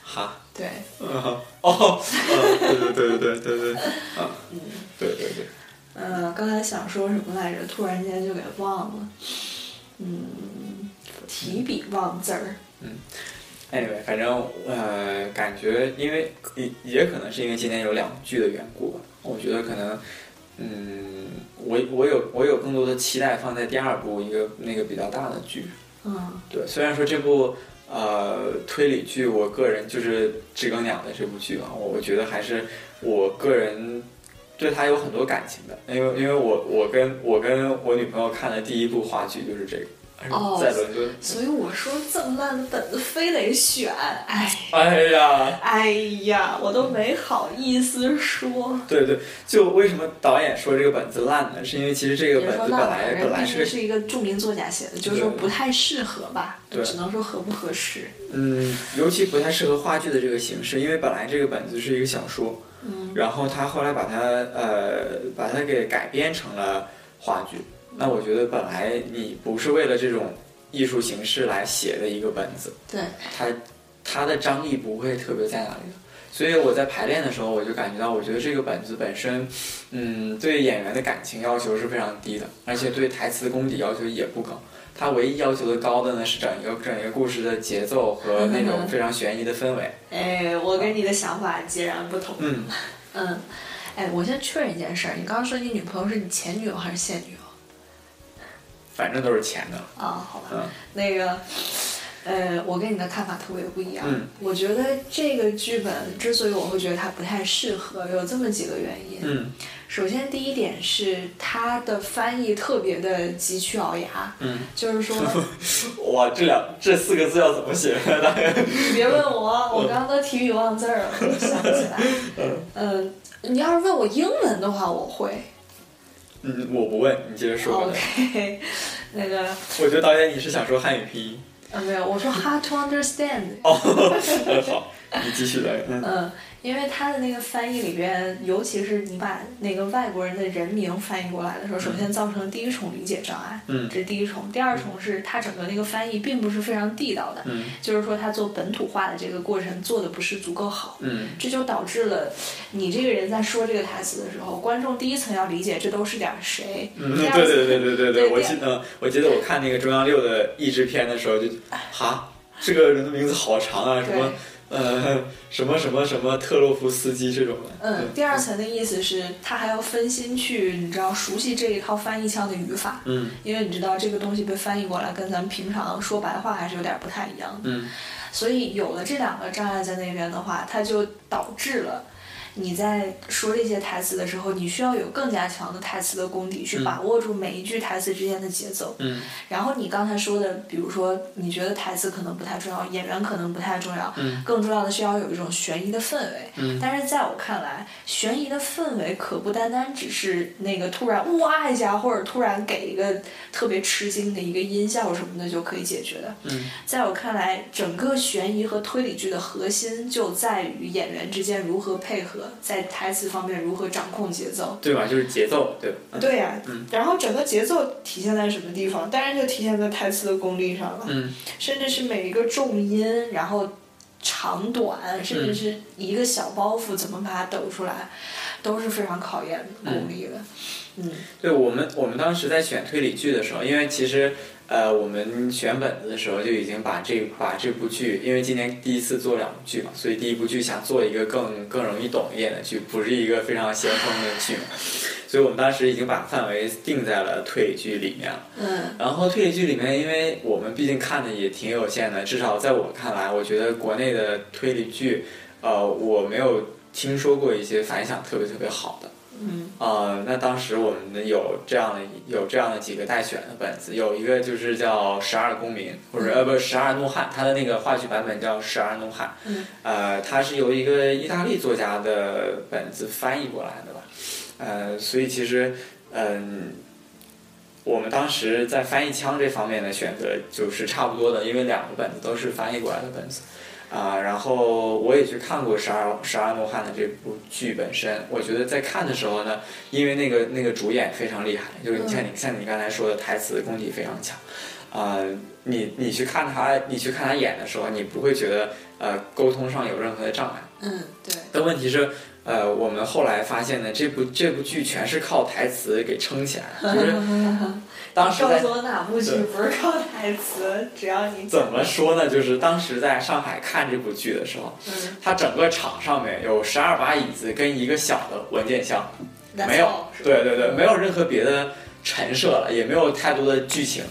D: 哈，
E: 对，
D: 嗯， 哦，嗯，对对对对对对，啊，对对对，
E: 呃，刚才想说什么来着，突然间就给忘了。嗯，提笔忘字儿。嗯
D: anyway，反正呃，感觉因为也也可能是因为今年有两剧的缘故吧，我觉得可能，嗯，我我有我有更多的期待放在第二部一个那个比较大的剧。
E: 嗯
D: 对，虽然说这部呃推理剧，我个人就是《知更鸟》的这部剧啊，我我觉得还是我个人对它有很多感情的，因为因为我我跟我跟我女朋友看的第一部话剧就是这个，
E: 哦
D: 在伦敦，
E: 所以我说这么烂的本子非得选，哎，
D: 哎呀。
E: 哎呀，我都没好意思说。
D: 对对，就为什么导演说这个本子烂呢？是因为其实这个
E: 别
D: 本
E: 说
D: 子本
E: 烂
D: 来
E: 本
D: 本
E: 人
D: 来
E: 毕
D: 是
E: 竟
D: 个
E: 是一个著名作家写的，就是说
D: 对
E: 不太适合吧，
D: 对
E: 只能说合不合适。
D: 嗯，尤其不太适合话剧的这个形式，因为本来这个本子是一个小说，
E: 嗯，
D: 然后他后来把它呃把它给改编成了话剧。那我觉得本来你不是为了这种艺术形式来写的一个本子，
E: 对，
D: 它它的张力不会特别在哪里的。所以我在排练的时候，我就感觉到，我觉得这个本子本身，嗯，对演员的感情要求是非常低的，而且对台词功底要求也不高。它唯一要求的高的呢，是整一个整一个故事的节奏和那种非常悬疑的氛围。
E: 哎，我跟你的想法截然不同。
D: 嗯，
E: 嗯，哎，我先确认一件事儿，你刚刚说你女朋友是你前女友还是现女友？
D: 反正都是钱的。
E: 啊，好吧，
D: 嗯
E: 那个，呃，我跟你的看法特别不一样。
D: 嗯
E: 我觉得这个剧本之所以我会觉得它不太适合，有这么几个原因。
D: 嗯
E: 首先，第一点是它的翻译特别的急屈咬牙，
D: 嗯，
E: 就是说，
D: 哇，这两这四个字要怎么写？大概
E: 你别问我，我刚刚都提笔忘字儿了，我都想不起来。 嗯，你要是问我英文的话，我会。
D: 嗯，我不问，你接着说吧。
E: 哦 OK，那个，
D: 我觉得导演你是想说汉语拼音。
E: 呃，没有，我说 hard to understand。
D: 哦， 好，你继续来。嗯
E: 嗯，因为他的那个翻译里边，尤其是你把那个外国人的人名翻译过来的时候，首先造成了第一重理解障碍，
D: 嗯
E: 这是第一重。第二重是他整个那个翻译并不是非常地道的，
D: 嗯
E: 就是说他做本土化的这个过程做的不是足够好。
D: 嗯
E: 这就导致了，你这个人在说这个台词的时候，观众第一层要理解这都是点儿谁，
D: 嗯，
E: 第
D: 对
E: 二
D: 对对
E: 层
D: 对对对对，我
E: 第二
D: 记得我记得我看那个中央六的译制片的时候就，哈，这个人的名字好长啊，什么呃什么什么什么特洛夫斯基这种的。
E: 嗯，第二层的意思是，他还要分心去，你知道熟悉这一套翻译腔的语法，
D: 嗯
E: 因为你知道这个东西被翻译过来，跟咱们平常说白话还是有点不太一样的。
D: 嗯
E: 所以有了这两个障碍在那边的话，它就导致了你在说这些台词的时候，你需要有更加强的台词的功底，去把握住每一句台词之间的节奏。
D: 嗯
E: 然后你刚才说的，比如说你觉得台词可能不太重要，演员可能不太重要，
D: 嗯
E: 更重要的是要有一种悬疑的氛围。
D: 嗯
E: 但是在我看来，悬疑的氛围可不单单只是那个突然哇一下，或者突然给一个特别吃惊的一个音效什么的就可以解决的。
D: 嗯
E: 在我看来，整个悬疑和推理剧的核心就在于演员之间如何配合，在台词方面如何掌控节奏。
D: 对吧？就是节奏，对吧？嗯
E: 对呀、
D: 嗯
E: 然后整个节奏体现在什么地方？当然就体现在台词的功力上了。
D: 嗯
E: 甚至是每一个重音，然后长短，
D: 嗯
E: 甚至是一个小包袱怎么把它抖出来，都是非常考验功力的。嗯
D: 对我们，我们当时在选推理剧的时候，因为其实，呃，我们选本子的时候就已经把这把这部剧，因为今年第一次做两部剧嘛，所以第一部剧想做一个更更容易懂一点的剧，不是一个非常先锋的剧嘛，所以我们当时已经把范围定在了推理剧里面了。
E: 嗯
D: 然后推理剧里面，因为我们毕竟看的也挺有限的，至少在我看来，我觉得国内的推理剧，呃，我没有听说过一些反响特别特别好的。
E: 嗯
D: 呃，那当时我们有这样的有这样的几个待选的本子，有一个就是叫《十二公民》，或者呃不是《十二怒汉》，它的那个话剧版本叫《十二怒汉》。
E: 嗯
D: 呃，它是由一个意大利作家的本子翻译过来的吧？呃，所以其实，嗯、我们当时在翻译腔这方面的选择就是差不多的，因为两个本子都是翻译过来的本子。啊、然后我也去看过《十二十二怒汉》的这部剧本身，我觉得在看的时候呢，因为那个那个主演非常厉害，就是你像你、像你刚才说的台词功底非常强，啊、你你去看他你去看他演的时候，你不会觉得呃沟通上有任何的障碍。
F: 嗯，对，
D: 但问题是，呃，我们后来发现呢，这部这部剧全是靠台词给撑起来的，就是当时
E: 告
D: 在
E: 诉我哪部剧不是靠台词，只要你
D: 怎么说呢？就是当时在上海看这部剧的时候，
E: 嗯
D: 它整个场上面有十二把椅子跟一个小的文件箱，
E: ，that's
D: 没有
E: all，是吧
D: 对对对，没有任何别的陈设了，也没有太多的剧情。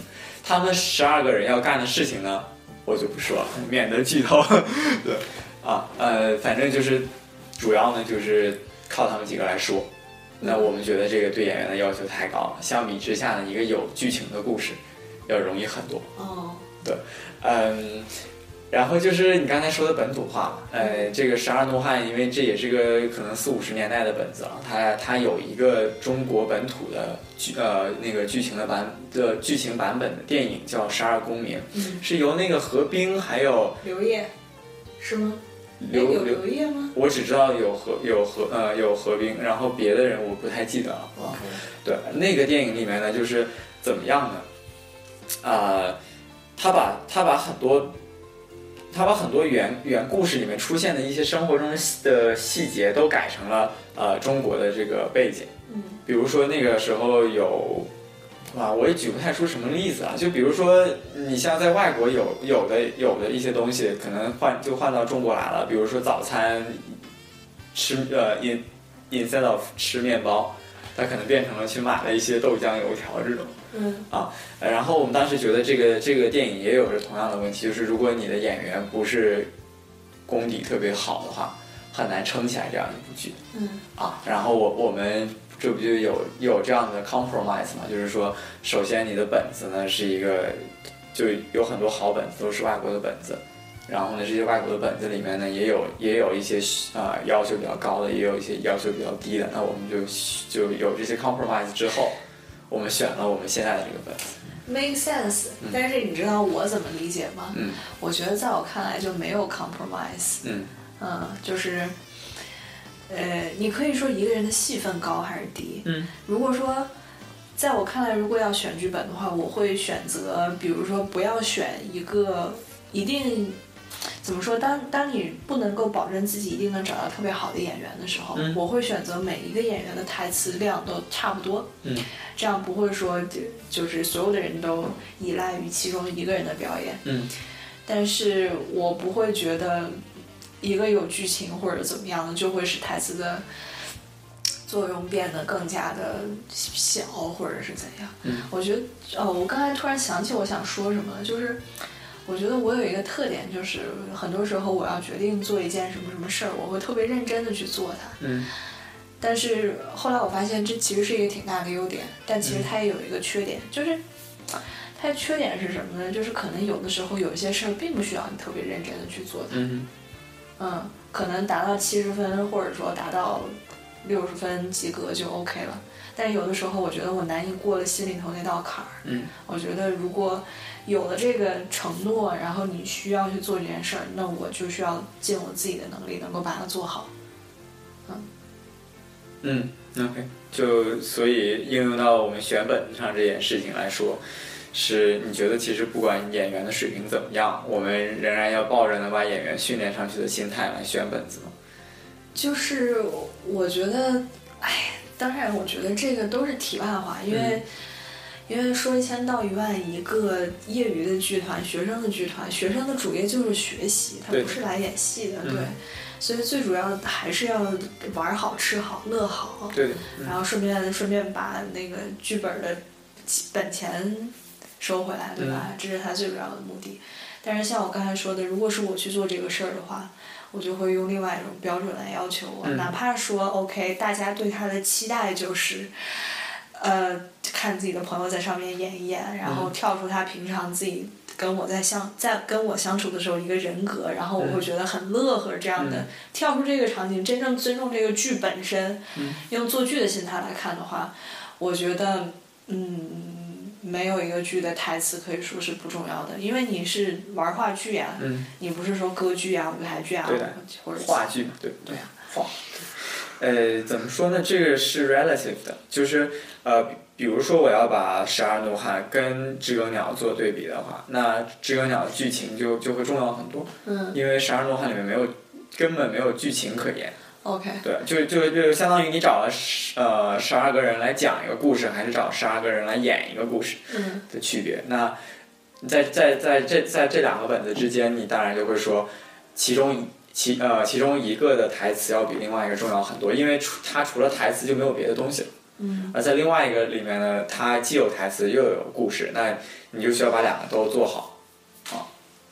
D: 他们十二个人要干的事情呢，我就不说了，免得剧透。 对，啊，呃，反正就是主要呢就是靠他们几个来说。那我们觉得这个对演员的要求太高了，相比之下呢，一个有剧情的故事要容易很多。
E: 哦，
D: 嗯，然后就是你刚才说的本土化，呃，这个《十二怒汉》，因为这也是个可能四五十年代的本子啊，它它有一个中国本土的剧呃那个剧情的版的剧情版本的电影叫《十二公民》，
E: 嗯
D: 是由那个何冰还有
E: 刘烨是吗？哎
D: 刘
E: 有
D: 刘
E: 刘烨吗？
D: 我只知道有何有何呃有何冰，然后别的人我不太记得了
E: 哦
D: 啊。对，那个电影里面呢，就是怎么样呢？啊、他把他把很多他把很多原原故事里面出现的一些生活中的细的细节都改成了呃中国的这个背景。
E: 嗯，
D: 比如说那个时候有。啊，我也举不太出什么例子啊，就比如说，你像在外国有有的有的一些东西，可能换就换到中国来了，比如说早餐吃呃 in instead of 吃面包，它可能变成了去买了一些豆浆、油条这种。
E: 嗯
D: 呃然后我们当时觉得这个这个电影也有着同样的问题，就是如果你的演员不是功底特别好的话，很难撑起来这样一部剧
E: 嗯
D: 啊。然后我我们这不就有有这样的 compromise 嘛，就是说，首先你的本子呢是一个，就有很多好本子都是外国的本子。然后呢，这些外国的本子里面呢，也有也有一些呃要求比较高的，也有一些要求比较低的。那我们就就有这些 compromise 之后，我们选了我们现在的这个本子。
E: ，make sense。但是你知道我怎么理解吗？
D: 嗯
E: 我觉得在我看来就没有 compromise。
D: 嗯
E: 嗯，就是，呃，你可以说一个人的戏份高还是低。
D: 嗯，
E: 如果说，在我看来，如果要选剧本的话，我会选择，比如说不要选一个一定。怎么说？当当你不能够保证自己一定能找到特别好的演员的时候，
D: 嗯
E: 我会选择每一个演员的台词量都差不多，
D: 嗯，
E: 这样不会说就就是所有的人都依赖于其中一个人的表演，
D: 嗯
E: 但是我不会觉得一个有剧情或者怎么样的，就会使台词的作用变得更加的小，或者是怎样。
D: 嗯
E: 我觉得，哦，我刚才突然想起我想说什么了，就是我觉得我有一个特点，就是很多时候我要决定做一件什么什么事儿，我会特别认真的去做它。
D: 嗯
E: 但是后来我发现这其实是一个挺大的优点，但其
D: 嗯
E: 实它也有一个缺点，就是它的缺点是什么呢？就是可能有的时候有一些事儿并不需要你特别认真的去做它，
D: 嗯
E: 嗯，可能达到七十分或者说达到六十分及格就 OK 了。但是有的时候我觉得我难以过了心里头那道坎儿，
D: 嗯
E: 我觉得如果有了这个承诺，然后你需要去做这件事儿，那我就需要尽我自己的能力能够把它做好。
D: 嗯，OK，就所以应用到我们选本子上这件事情来说，是你觉得其实不管演员的水平怎么样，我们仍然要抱着能把演员训练上去的心态来选本子吗？
E: 就是我我觉得，哎，当然，我觉得这个都是题外话，
D: 嗯
E: 因为、因为说一千道一万，一个业余的剧团、学生的剧团，学生的主业就是学习，他
D: 对
E: 不是来演戏的，
D: 嗯
E: 对。所以最主要的还是要玩好、吃好、乐好，
D: 对的，
E: 然后顺便顺便把那个剧本的本钱收回来，对吧？
D: 嗯
E: 这是他最主要的目的。但是像我刚才说的，如果是我去做这个事儿的话，我就会用另外一种标准来要求我，
D: 嗯
E: 哪怕说 OK，大家对他的期待就是，呃，看自己的朋友在上面演一演，然
D: 嗯
E: 后跳出他平常自己跟我在相在跟我相处的时候一个人格，然后我会觉得很乐呵这样的，
D: 嗯
E: 跳出这个场景，真正尊重这个剧本身，用做剧的心态来看的话，我觉得。嗯，没有一个剧的台词可以说是不重要的，因为你是玩话剧呀、
D: 嗯，
E: 你不是说歌剧啊、舞台剧啊
D: 对的，
E: 或者
D: 话剧嘛，对
E: 对啊
D: 话。呃，怎么说呢？这个是 relative 的，就是呃，比比如说我要把《十二怒汉》跟《知更鸟》做对比的话，那《知更鸟》的剧情就就会重要很多，
E: 嗯
D: 因为《十二怒汉》里面没有根本没有剧情可言。
E: ，OK，
D: 对，就就就相当于你找了十呃十二个人来讲一个故事，还是找十二个人来演一个故事
E: 嗯
D: 的区别。那在在在这在这两个本子之间，你当然就会说，其中一其呃其中一个的台词要比另外一个重要很多，因为除它除了台词就没有别的东西了。
E: 嗯
D: 而在另外一个里面呢，它既有台词又有故事，那你就需要把两个都做好。啊，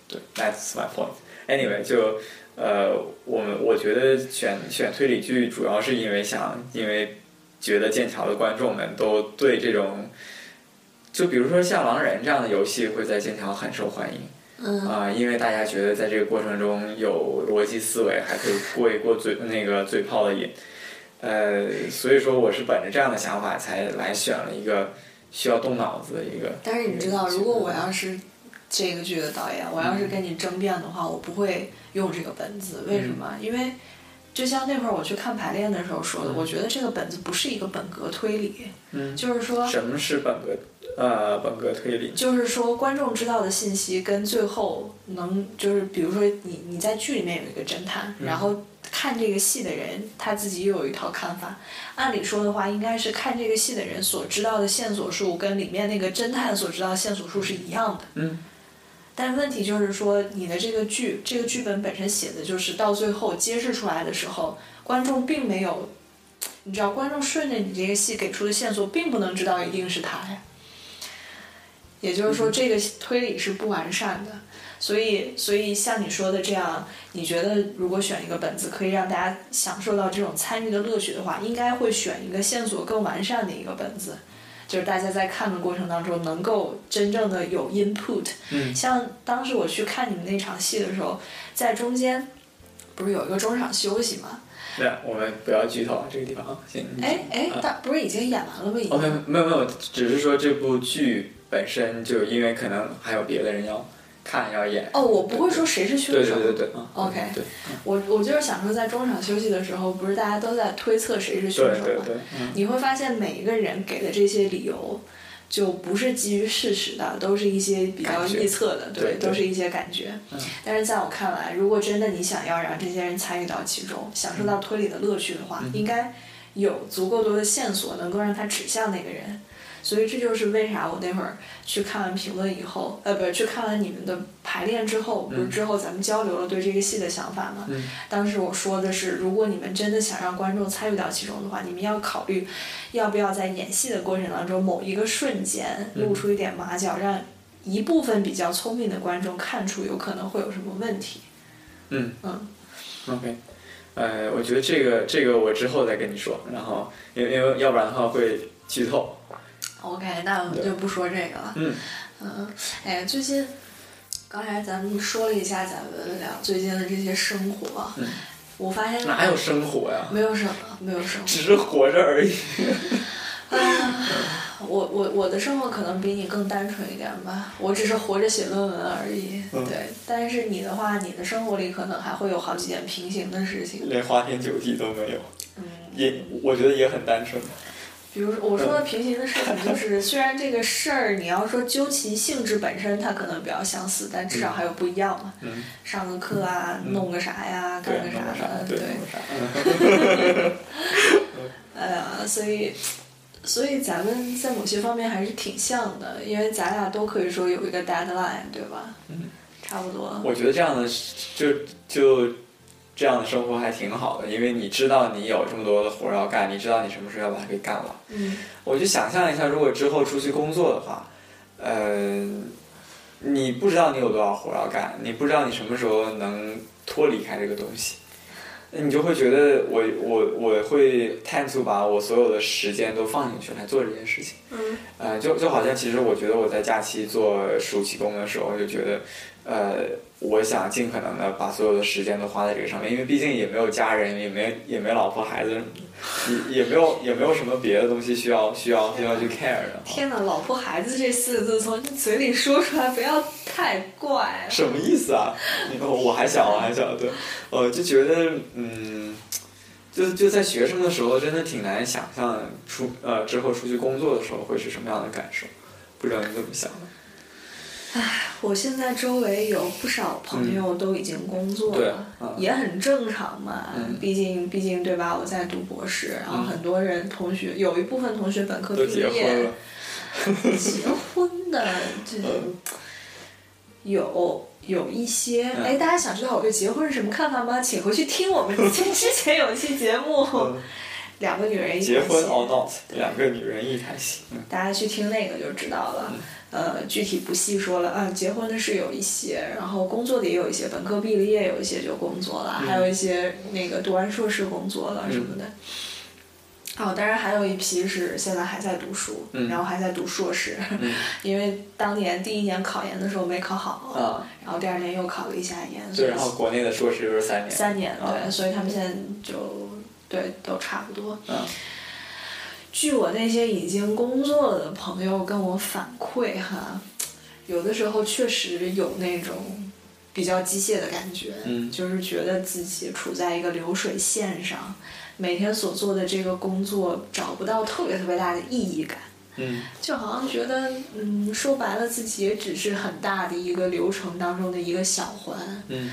D: 对，That's my point。Anyway，就呃，我们我觉得选选推理剧主要是因为想，因为觉得剑桥的观众们都对这种，就比如说像狼人这样的游戏会在剑桥很受欢迎。
E: 嗯
D: 啊、因为大家觉得在这个过程中有逻辑思维，还可以过一过嘴那个嘴炮的瘾，呃，所以说我是本着这样的想法才来选了一个需要动脑子的一个。
E: 但是你知道，如果我要是这个剧的导演，我要是跟你争辩的话，我不会用这个本子。为什么？因为就像那会儿我去看排练的时候说的，我觉得这个本子不是一个本格推理，
D: 嗯，
E: 就是说，
D: 什么是本格？呃，本格推理。
E: 就是说观众知道的信息跟最后能就是，比如说你你在剧里面有一个侦探，然后看这个戏的人他自己又有一套看法。按理说的话，应该是看这个戏的人所知道的线索数跟里面那个侦探所知道的线索数是一样的。
D: 嗯
E: 但问题就是说，你的这个剧，这个剧本本身写的就是到最后揭示出来的时候，观众并没有，你知道，观众顺着你这个戏给出的线索，并不能知道一定是他呀。也就是
D: 嗯
E: 说，这个推理是不完善的。所以，所以像你说的这样，你觉得如果选一个本子可以让大家享受到这种参与的乐趣的话，应该会选一个线索更完善的一个本子，就是大家在看的过程当中能够真正的有 input，
D: 嗯
E: 像当时我去看你们那场戏的时候，在中间不是有一个中场休息吗？
D: 对，我们不要剧透啊这个地方啊，行。你
E: 哎哎，但不是已经演完了吗？已经。
D: OK，没哦有没有，只是说这部剧本身就因为可能还有别的人要看要演。
E: 哦，我不会说谁是凶
D: 对。对
E: 手。
D: 对对对。嗯
E: OK
D: 对
E: 我我就是想说，在中场休息的时候，不是大家都在推测谁是凶
D: 对
E: 手吗？
D: 对对。嗯
E: 你会发现每一个人给的这些理由，就不是基于事实的，都是一些比较
D: 感觉
E: 臆测的，
D: 对对
E: 都是一些感觉。
D: 嗯
E: 但是在我看来，如果真的你想要让这些人参与到其中，享受到
D: 嗯
E: 推理的乐趣的话，应该有足够多的线索能够让他指向那个人。所以这就是为啥我那会儿去看完评论以后，呃，不是去看完你们的排练之后，不是之后咱们交流了对这个戏的想法吗？
D: 嗯
E: 当时我说的是，如果你们真的想让观众参与到其中的话，你们要考虑，要不要在演戏的过程当中某一个瞬间
D: 嗯
E: 露出一点马脚，让一部分比较聪明的观众看出有可能会有什么问题。
D: 嗯。
E: 嗯
D: OK，呃，我觉得这个这个我之后再跟你说，然后因为因为要不然的话会剧透。
E: ，OK，那我们就不说这个了。
D: 嗯
E: 嗯，哎，最近刚才咱们说了一下咱们俩最近的这些生活，
D: 嗯
E: 我发现
D: 哪有生活呀？
E: 没有什么，没有什么。
D: 只是活着而已。
E: 啊我我我的生活可能比你更单纯一点吧，我只是活着写论文而已。
D: 嗯
E: 对，但是你的话，你的生活里可能还会有好几件平行的事情。
D: 连花天酒地都没有，
E: 嗯，
D: 也我觉得也很单纯。
E: 比如说我
D: 嗯
E: 说的平行的事情，就是虽然这个事儿你要说究其性质本身，它可能比较相似，但至少还有不一样嘛。
D: 嗯，
E: 上个课啊，弄个啥呀，
D: 对
E: 干，个
D: 弄
E: 啥
D: 个啥
E: 的，，
D: 对，
E: 对。
D: 弄个啥。
E: 哎呀，所以，所以咱们在某些方面还是挺像的，因为咱俩都可以说有一个 deadline，对吧？
D: 嗯，
E: 差不多。
D: 我觉得这样的就就这样的生活还挺好的，因为你知道你有这么多的活儿要干，你知道你什么时候要把它给干完。
E: 嗯。
D: 我就想象一下，如果之后出去工作的话，呃，你不知道你有多少活儿要干，你不知道你什么时候能脱离开这个东西，你就会觉得我我我会探索把我所有的时间都放进去来做这件事情。
E: 嗯
D: 呃，就就好像其实我觉得我在假期做暑期工的时候，就觉得，呃，我想尽可能的把所有的时间都花在这个上面，因为毕竟也没有家人，也没也没老婆孩子，也也没有也没有什么别的东西需要需要需要去 care 的。
E: 天哪，老婆孩子这四个字从你嘴里说出来，不要太怪 了。
D: 什么意思啊？我我还小，我还小，对，呃，就觉得嗯，就就在学生的时候，真的挺难想象出呃之后出去工作的时候会是什么样的感受，不知道你怎么想的？
E: 我现在周围有不少朋友都已经工作
D: 嗯对
E: 了，
D: 嗯
E: 也很正常嘛。
D: 嗯
E: 毕竟，毕竟对吧？我在读博士，然后
D: 嗯
E: 很多人同学有一部分同学本科
D: 都
E: 毕
D: 结婚
E: 业
D: 了，，
E: 结 婚的这
D: 嗯
E: 有有一些。
D: 嗯
E: 哎，大家想知道我对结婚是什么看法吗？请回去听我们 之前有一期节目《
D: 嗯
E: 两个女人一
D: 结
E: 台
D: 婚哦 or
E: 戏
D: not，两个女人一台戏。嗯
E: 大家去听那个就知道了。呃，具体不细说了啊。结婚的是有一些，然后工作的也有一些，本科毕了业有一些就工作
D: 嗯
E: 了，还有一些那个读完硕士工作了什么的。哦，当然还有一批是现在还在读书，
D: 嗯
E: 然后还在读硕士，
D: 嗯
E: 因为当年第一年考研的时候没考好，
D: 啊
E: 然后第二年又考了一下研，所
D: 对，
E: 以
D: 然后国内的硕士就是三年。
E: 三年对，
D: 啊
E: 所以他们现在就对都差不多。
D: 嗯
E: 据我那些已经工作了的朋友跟我反馈哈，有的时候确实有那种比较机械的感觉，
D: 嗯
E: 就是觉得自己处在一个流水线上，每天所做的这个工作找不到特别特别大的意义感。
D: 嗯
E: 就好像觉得，嗯，说白了，自己也只是很大的一个流程当中的一个小环，
D: 嗯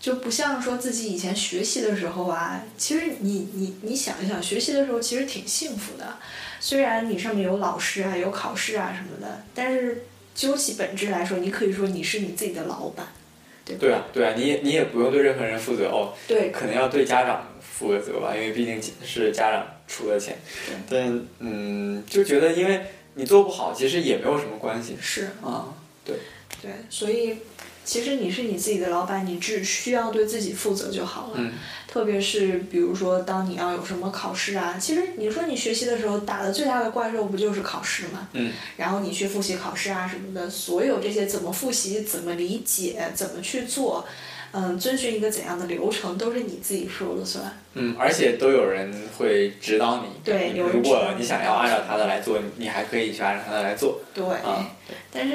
E: 就不像说自己以前学习的时候啊，其实你你你想一想，学习的时候其实挺幸福的，虽然你上面有老师啊、有考试啊什么的，但是究其本质来说，你可以说你是你自己的老板，对吧？
D: 对啊对啊，你也你也不用对任何人负责哦，
E: 对
D: 可能要对家长负个责吧，因为毕竟是家长出的钱。但嗯，就觉得因为你做不好，其实也没有什么关系
E: 是，
D: 啊。对，
E: 对，所以其实你是你自己的老板，你只需要对自己负责就好了。
D: 嗯
E: 特别是比如说，当你要有什么考试啊，其实你说你学习的时候打的最大的怪兽不就是考试吗？
D: 嗯
E: 然后你去复习考试啊什么的，所有这些怎么复习、怎么理解、怎么去做，嗯，遵循一个怎样的流程，都是你自己说了算。
D: 嗯，而且都有人会指导你。
E: 对
D: 你
E: 有人
D: 如
E: 指
D: 果
E: 导
D: 你想要按照他的来做，你还可以去按照他的来做。
E: 对，
D: 啊
E: 但是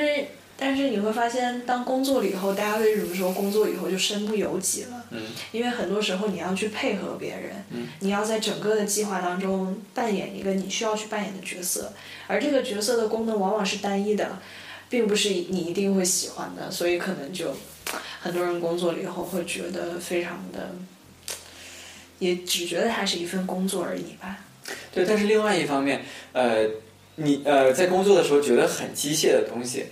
E: 但是你会发现，当工作了以后，大家为什么说工作以后就身不由己了？
D: 嗯
E: 因为很多时候你要去配合别人，
D: 嗯
E: 你要在整个的计划当中扮演一个你需要去扮演的角色，而这个角色的功能往往是单一的，并不是你一定会喜欢的，所以可能就很多人工作了以后会觉得非常的，也只觉得它是一份工作而已吧。
D: 对，但是另外一方面，呃，你呃在工作的时候觉得很机械的东西，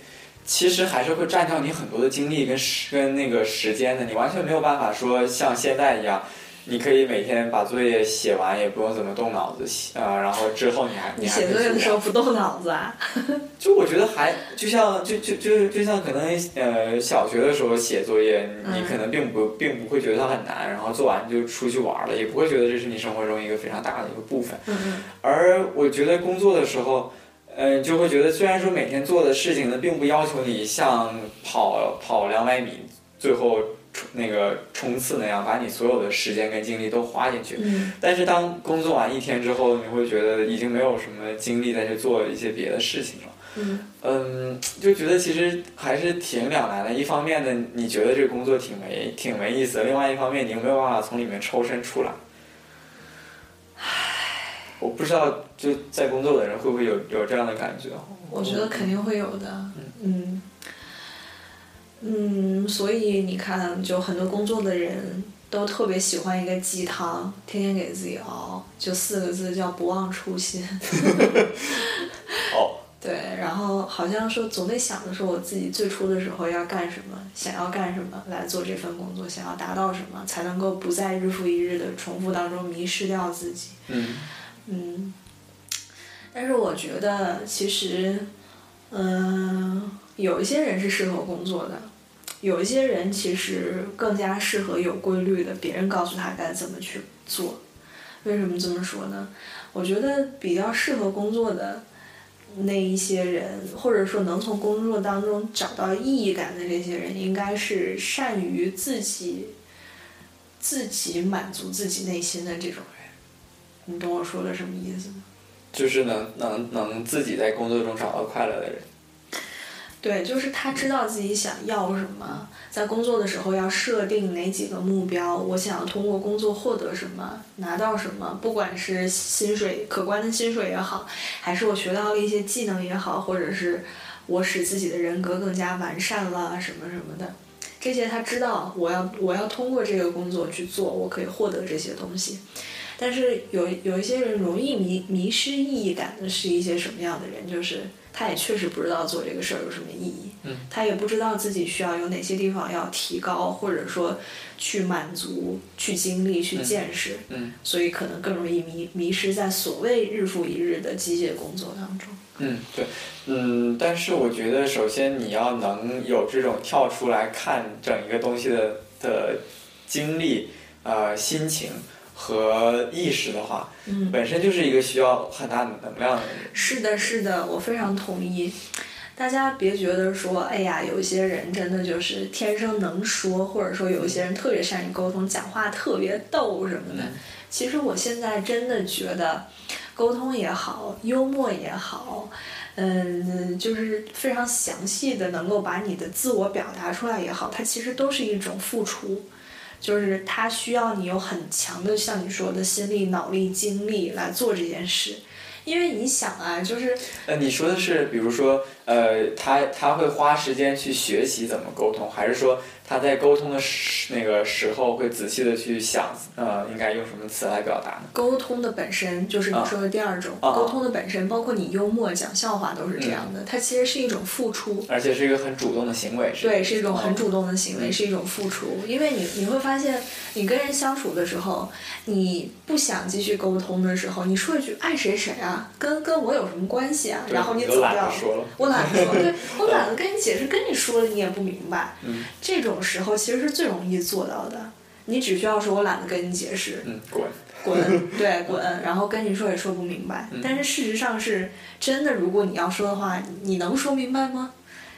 D: 其实还是会占掉你很多的精力跟时跟那个时间的，你完全没有办法说像现在一样。你可以每天把作业写完，也不用怎么动脑子写，呃，然后之后你还
E: 你
D: 还
E: 写
D: 可以
E: 作业的
D: 去
E: 时候不动脑子啊？
D: 就我觉得还就像就就就就像可能呃小学的时候写作业，你
E: 嗯
D: 可能并不并不会觉得它很难，然后做完就出去玩了，也不会觉得这是你生活中一个非常大的一个部分。
E: 嗯嗯
D: 而我觉得工作的时候，嗯、就会觉得虽然说每天做的事情呢，并不要求你像跑跑两百米，最后冲那个冲刺那样，把你所有的时间跟精力都花进去。
E: 嗯，
D: 但是当工作完一天之后，你会觉得已经没有什么精力再去做一些别的事情了。
E: 嗯，
D: 嗯，就觉得其实还是挺两难的。一方面呢，你觉得这个工作挺没挺没意思的；，另外一方面，你又没有办法从里面抽身出来。我不知道，就在工作的人会不会有有这样的感觉？
E: 我觉得肯定会有的。嗯嗯，所以你看，就很多工作的人都特别喜欢一个鸡汤，天天给自己熬，就四个字叫不忘初心。
D: 哦，
E: 对，然后好像说总得想着说我自己最初的时候要干什么，想要干什么来做这份工作，想要达到什么，才能够不在日复一日的重复当中迷失掉自己。
D: 嗯
E: 嗯，但是我觉得其实，嗯、有一些人是适合工作的，有一些人其实更加适合有规律的，别人告诉他该怎么去做。为什么这么说呢？我觉得比较适合工作的，那一些人，或者说能从工作当中找到意义感的这些人，应该是善于自己自己满足自己内心的这种人。你懂我说的什么意思吗？
D: 就是能能能自己在工作中找到快乐的人。
E: 对，就是他知道自己想要什么，在工作的时候要设定哪几个目标，我想要通过工作获得什么，拿到什么，不管是薪水可观的薪水也好，还是我学到了一些技能也好，或者是我使自己的人格更加完善了什么什么的，这些他知道我要我要通过这个工作去做，我可以获得这些东西。但是有有一些人容易迷迷失意义感的是一些什么样的人？就是他也确实不知道做这个事儿有什么意义，
D: 嗯
E: 他也不知道自己需要有哪些地方要提高，或者说去满足、去经历、去见识，
D: 嗯
E: 所以可能更容易迷迷失在所谓日复一日的机械工作当中。
D: 嗯，对，嗯，但是我觉得，首先你要能有这种跳出来看整一个东西的的经历、呃心情和意识的话，
E: 嗯
D: 本身就是一个需要很大的能量的人。
E: 是的，是的，我非常同意。大家别觉得说，哎呀，有一些人真的就是天生能说，或者说有一些人特别善于沟通，讲话特别逗什么的。
D: 嗯
E: 其实我现在真的觉得，沟通也好，幽默也好，嗯，就是非常详细的能够把你的自我表达出来也好，它其实都是一种付出。就是它需要你有很强的，像你说的心力、脑力、精力来做这件事，因为你想啊，就是
D: 那你说的是，比如说，呃，他他会花时间去学习怎么沟通，还是说他在沟通的时那个时候会仔细的去想，呃，应该用什么词来表达呢？
E: 沟通的本身，就是你说的第二种、
D: 啊嗯
E: 沟通的本身，包括你幽默、讲笑话都是这样的，它其实是一种付出。
D: 而且是一个很主动的行为，是吧
E: 对，是一种很主动的行为，
D: 嗯
E: 是一种付出。因为你你会发现，你跟人相处的时候，你不想继续沟通的时候，你说一句“爱谁谁啊”，跟跟我有什么关系啊？
D: 对
E: 然后你
D: 你都
E: 走
D: 懒得
E: 掉
D: 说了
E: 我懒得说， 对我懒得跟你解释，跟你说了你也不明白。
D: 嗯
E: 这种时候其实是最容易做到的。你只需要说“我懒得跟你解释”，
D: 嗯，滚。
E: 滚，对，滚，然后跟你说也说不明白。但是事实上是真的，如果你要说的话，你能说明白吗？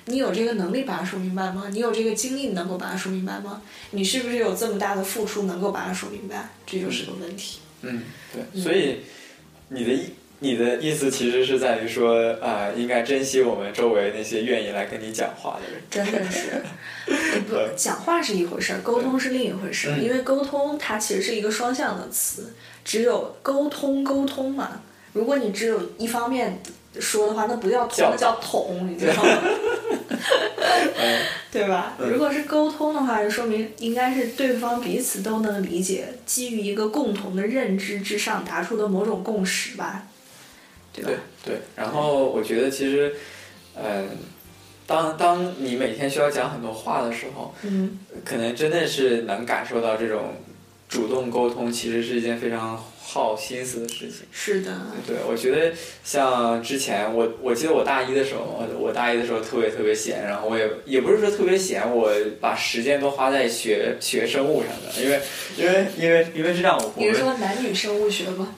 E: 你有这个能力把它说明白吗？你有这个精力能够把它说明白吗？你是不是有这么大的付出能够把它说明白？这就是个问题。
D: 嗯，对，所以你的意你的意思其实是在于说，啊，应该珍惜我们周围那些愿意来跟你讲话的人。
E: 真的 是，嗯不
D: 对
E: 讲话是一回事儿，沟通是另一回事儿。
D: 嗯
E: 因为沟通它其实是一个双向的词，只有沟通沟通嘛。如果你只有一方面说的话，那不叫通，
D: 叫
E: 那叫捅，你知道吗？对吧？
D: 嗯
E: 如果是沟通的话，就说明应该是对方彼此都能理解，基于一个共同的认知之上达出的某种共识吧，对吧？
D: 对对，然后我觉得其实，嗯、当当你每天需要讲很多话的时候，
E: 嗯，
D: 可能真的是能感受到这种主动沟通其实是一件非常耗心思的事情。
E: 是的，
D: 对，我觉得像之前我我记得我大一的时候，我我大一的时候特别特别闲，然后我也也不是说特别闲，我把时间都花在学学生物上的，因为因为因为因为是这样，我
E: 你是
D: 们
E: 说男女生物学吗？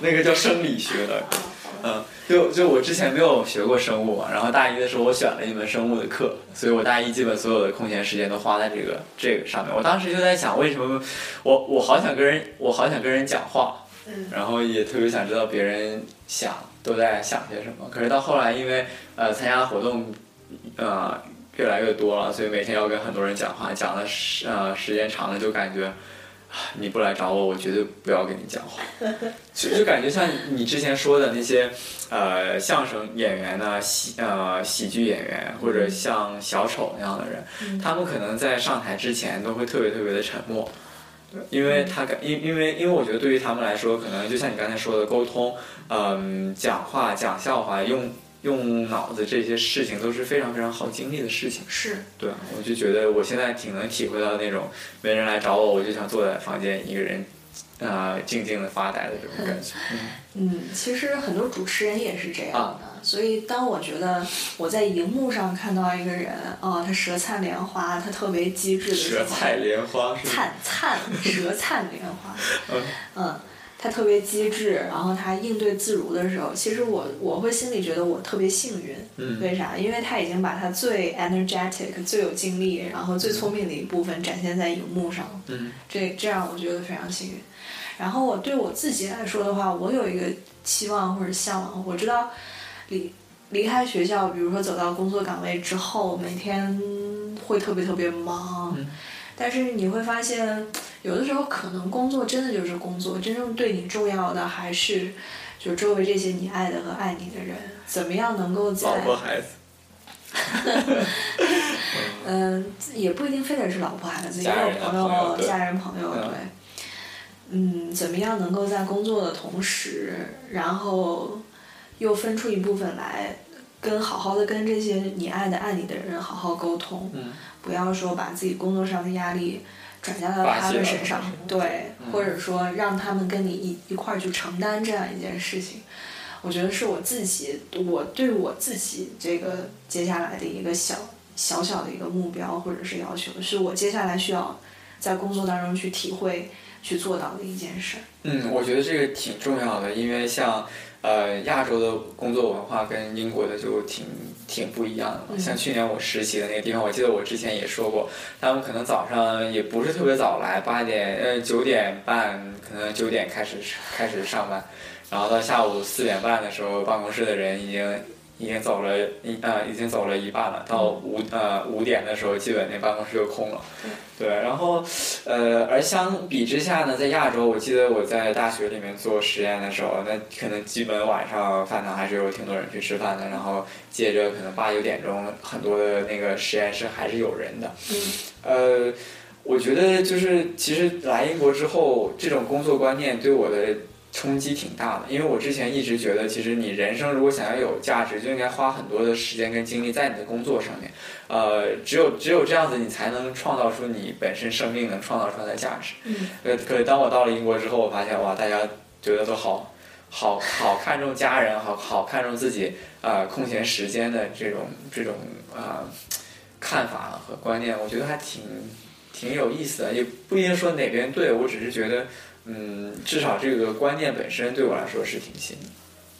D: 那个叫生理学的
E: 啊，，好
D: 嗯，
E: 吧
D: 就就我之前没有学过生物嘛，然后大一的时候我选了一门生物的课，所以我大一基本所有的空闲时间都花在这个这个上面。我当时就在想，为什么我我好想跟人我好想跟人讲话，
E: 嗯
D: 然后也特别想知道别人想都在想些什么。可是到后来，因为呃参加的活动呃越来越多了，所以每天要跟很多人讲话，讲的时呃时间长了就感觉。啊你不来找我，我绝对不要跟你讲话。就就感觉像你之前说的那些，呃，相声演员呐、喜呃喜剧演员，或者像小丑那样的人，他们可能在上台之前都会特别特别的沉默，因为他感因因为因为我觉得对于他们来说，可能就像你刚才说的沟通，嗯，讲话讲笑话用。用脑子这些事情都是非常非常耗精力的事情，
E: 是。
D: 对啊，我就觉得我现在挺能体会到那种没人来找我，我就想坐在房间一个人，呃，静静的发呆的这种感觉。
E: 嗯，其实很多主持人也是这样的。
D: 啊
E: 所以，当我觉得我在荧幕上看到一个人，哦，他舌灿莲花，他特别机智的时
D: 舌
E: 候，
D: 灿莲花是吧？
E: 灿灿舌灿莲花，
D: 嗯
E: 嗯，他特别机智，然后他应对自如的时候，其实我我会心里觉得我特别幸运。
D: 嗯
E: 为啥？因为他已经把他最 energetic、最有精力，然后最聪明的一部分展现在荧幕上了。
D: 嗯
E: 这这样我觉得非常幸运。然后我对我自己来说的话，我有一个期望或者向往，我知道离离开学校，比如说走到工作岗位之后，每天会特别特别忙，
D: 嗯
E: 但是你会发现，有的时候可能工作真的就是工作，真正对你重要的还是就周围这些你爱的和爱你的人，怎么样能够在
D: 老婆孩子，
E: 嗯，也不一定非得是老婆孩子，也
D: 家人
E: 有
D: 啊
E: 朋
D: 朋友
E: 友、
D: 对
E: 家人、朋友，
D: 嗯
E: 对。嗯，怎么样能够在工作的同时，然后又分出一部分来跟好好的跟这些你爱的、爱你的人好好沟通，
D: 嗯
E: 不要说把自己工作上的压力转嫁到
D: 发泄
E: 他
D: 到他
E: 们身
D: 们
E: 上
D: 身上，
E: 对，
D: 嗯
E: 或者说让他们跟你一一块儿去承担这样一件事情。我觉得是我自己，我对我自己这个接下来的一个小小小的一个目标或者是要求，是我接下来需要在工作当中去体会、去做到的一件事。
D: 嗯，我觉得这个挺重要的，因为像呃亚洲的工作文化跟英国的就挺挺不一样的嘛。
E: 嗯
D: 像去年我实习的那个地方，我记得我之前也说过，他们可能早上也不是特别早来，八点呃九点半，可能九点开始开始上班，然后到下午四点半的时候，办公室的人已经。已经走了一呃，已经走了一半了。到五呃五点的时候，基本那办公室就空了。对，然后呃，而相比之下呢，在亚洲，我记得我在大学里面做实验的时候，那可能基本晚上饭堂还是有挺多人去吃饭的，然后接着可能八九点钟，很多的那个实验室还是有人的。呃，我觉得就是其实来英国之后，这种工作观念对我的冲击挺大的，因为我之前一直觉得，其实你人生如果想要有价值，就应该花很多的时间跟精力在你的工作上面。呃，只有只有这样子，你才能创造出你本身生命能创造出来的价值。
E: 嗯，
D: 呃，可当我到了英国之后，我发现哇，大家觉得都好好好看重家人，好好看重自己呃空闲时间的这种这种呃看法和观念，我觉得还挺挺有意思的，也不一定说哪边对，我只是觉得。嗯，至少这个观念本身对我来说是挺新的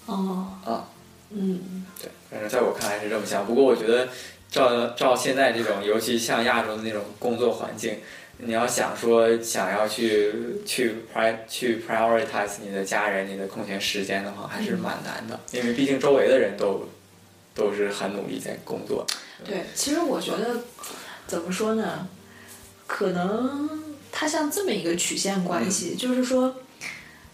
E: 哦，
D: 啊。
E: 嗯，
D: 对，反正在我看来是这么想。不过我觉得照照现在这种，尤其像亚洲的那种工作环境，你要想说想要去去 pri 去 prioritize 你的家人、你的空闲时间的话，还是蛮难的，因为毕竟周围的人都都是很努力在工作。
E: 对，其实我觉得怎么说呢，可能它像这么一个曲线关系，就是说，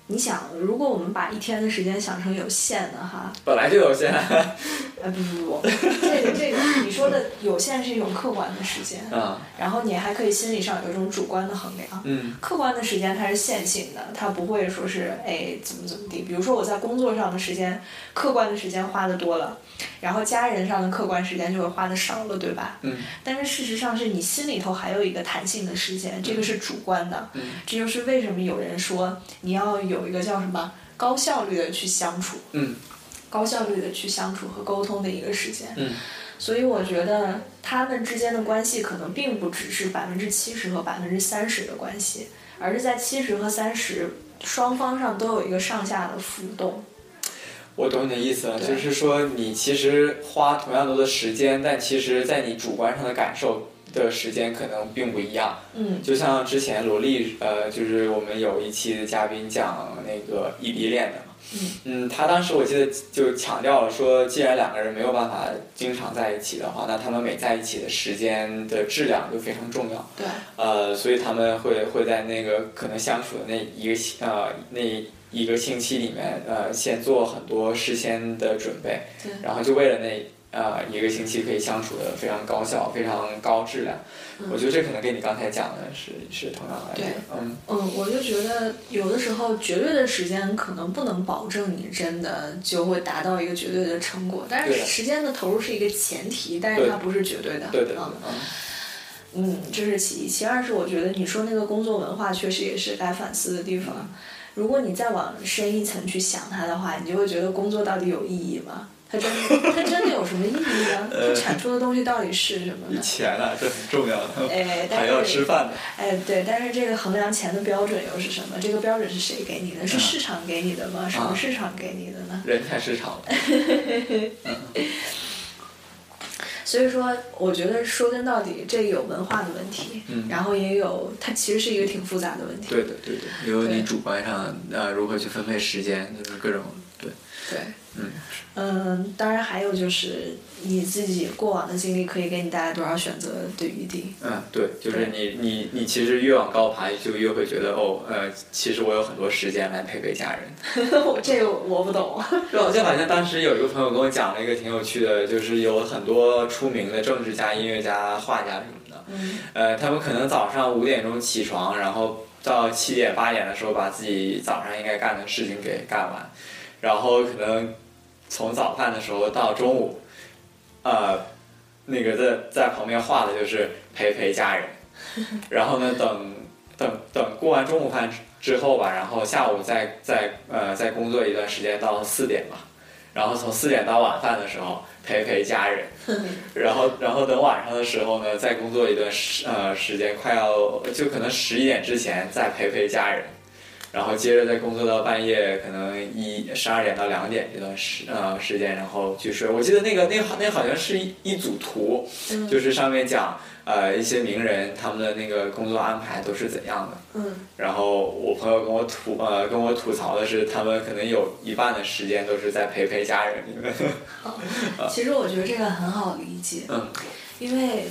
E: 你想，如果我们把一天的时间想成有限的哈，
D: 本来就有些，
E: 呃，不不不，这个这个你说的有限是一种客观的时间，
D: 啊，
E: 然后你还可以心理上有一种主观的衡量。
D: 嗯
E: 客观的时间它是线性的，它不会说是哎怎么怎么地。比如说我在工作上的时间，客观的时间花的多了，然后家人上的客观时间就会花的少了，对吧？
D: 嗯
E: 但是事实上是你心里头还有一个弹性的时间，这个是主观的。
D: 嗯
E: 这就是为什么有人说你要有一个叫什么高效率的去相处，
D: 嗯
E: 高效率的去相处和沟通的一个时间。
D: 嗯
E: 所以我觉得他们之间的关系可能并不只是百分之七十和百分之三十的关系，而是在七十和三十双方上都有一个上下的浮动。
D: 我懂你的意思了，
E: 对
D: 就是说你其实花同样多的时间，但其实在你主观上的感受的时间可能并不一样。
E: 嗯
D: 就像之前罗莉，呃，就是我们有一期的嘉宾讲那个异地恋的嘛，嗯，他当时我记得就强调了说，既然两个人没有办法经常在一起的话，那他们每在一起的时间的质量就非常重要。
E: 对，
D: 呃，所以他们会会在那个可能相处的那一个星呃那一个星期里面，呃，先做很多事先的准备
E: 对，
D: 然后就为了那呃一个星期可以相处的非常高效、非常高质量。我觉得这可能跟你刚才讲的是是同样的
E: 嗯对
D: 点，嗯
E: 嗯，我就觉得有的时候绝对的时间可能不能保证你真的就会达到一个绝对的成果，但是
D: 对的
E: 时间的投入是一个前提，但是它不是绝对的。
D: 对对对，
E: 嗯
D: 嗯
E: 嗯，这是其一，其二是我觉得你说那个工作文化确实也是该反思的地方。如果你再往深一层去想它的话，你就会觉得工作到底有意义吗？它真的它真的有什么意义呢？它
D: 呃
E: 产出的东西到底是什么呢？
D: 钱啊，这很重要的，
E: 哎但
D: 还要吃饭的。
E: 哎，对，但是这个衡量钱的标准又是什么？这个标准是谁给你的？是
D: 嗯
E: 市场给你的吗？什么市场给你的呢？
D: 人才市场，
E: 所以说，我觉得说根到底，这有文化的问题，
D: 嗯
E: 然后也有它其实是一个挺复杂的问题。
D: 对的对的，有
E: 对
D: 你主观上呃如何去分配时间，就是各种对，
E: 对
D: 嗯，
E: 嗯，当然还有就是你自己过往的经历可以给你带来多少选择的余地。
D: 嗯，对，就是你你你其实越往高爬，就越会觉得哦，呃，其实我有很多时间来陪陪家人。
E: 我这个我不懂。
D: 对，我就好像当时有一个朋友跟我讲了一个挺有趣的，就是有很多出名的政治家、音乐家、画家什么的，呃，他们可能早上五点钟起床，然后到七点八点的时候把自己早上应该干的事情给干完，然后可能从早饭的时候到中午，呃，那个在在旁边画的就是陪陪家人，然后呢，等等等过完中午饭之之后吧，然后下午再再呃再工作一段时间到四点吧，然后从四点到晚饭的时候陪陪家人，然后然后等晚上的时候呢，再工作一段时呃时间，快要就可能十一点之前再陪陪家人，然后接着再工作到半夜，可能一十二点到两点这段时呃时间，然后去睡。我记得那个那个好那个好像是一一组图，就是上面讲呃一些名人他们的那个工作安排都是怎样的。
E: 嗯
D: 然后我朋友跟我吐呃跟我吐槽的是，他们可能有一半的时间都是在陪陪家人。
E: 其实我觉得这个很好理解，
D: 嗯
E: 因为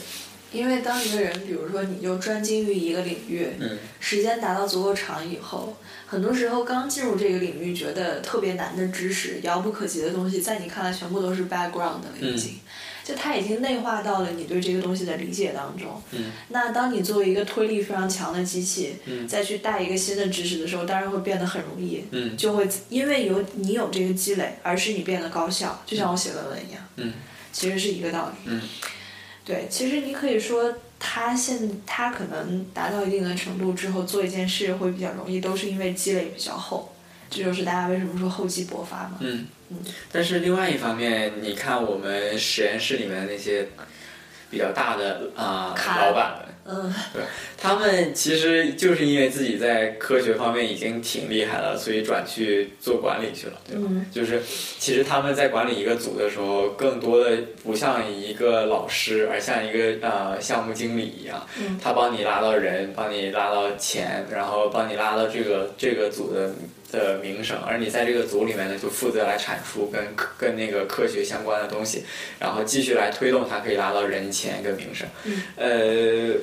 E: 因为当一个人，比如说你就专精于一个领域，
D: 嗯
E: 时间达到足够长以后，很多时候刚进入这个领域，觉得特别难的知识、遥不可及的东西，在你看来全部都是
D: 嗯
E: background 了，已经。就它已经内化到了你对这个东西的理解当中。
D: 嗯
E: 那当你作为一个推力非常强的机器，
D: 嗯
E: 再去带一个新的知识的时候，当然会变得很容易，
D: 嗯
E: 就会因为有你有这个积累，而使你变得高效，就像我写论文一样，
D: 嗯
E: 其实是一个道理。
D: 嗯
E: 嗯对，其实你可以说，他现他可能达到一定的程度之后，做一件事会比较容易，都是因为积累比较厚。这就是大家为什么说厚积薄发嘛。
D: 嗯。但是另外一方面，你看我们实验室里面的那些比较大的啊、
E: 卡
D: 老板们，
E: 嗯，
D: 他们其实就是因为自己在科学方面已经挺厉害了，所以转去做管理去了，对吧？
E: 嗯
D: 就是其实他们在管理一个组的时候，更多的不像一个老师，而像一个呃项目经理一样，
E: 嗯
D: 他帮你拉到人，帮你拉到钱，然后帮你拉到这个这个组的的名声，而你在这个组里面呢，就负责来产出跟科跟那个科学相关的东西，然后继续来推动它可以拉到人、钱跟名声。
E: 嗯
D: 呃，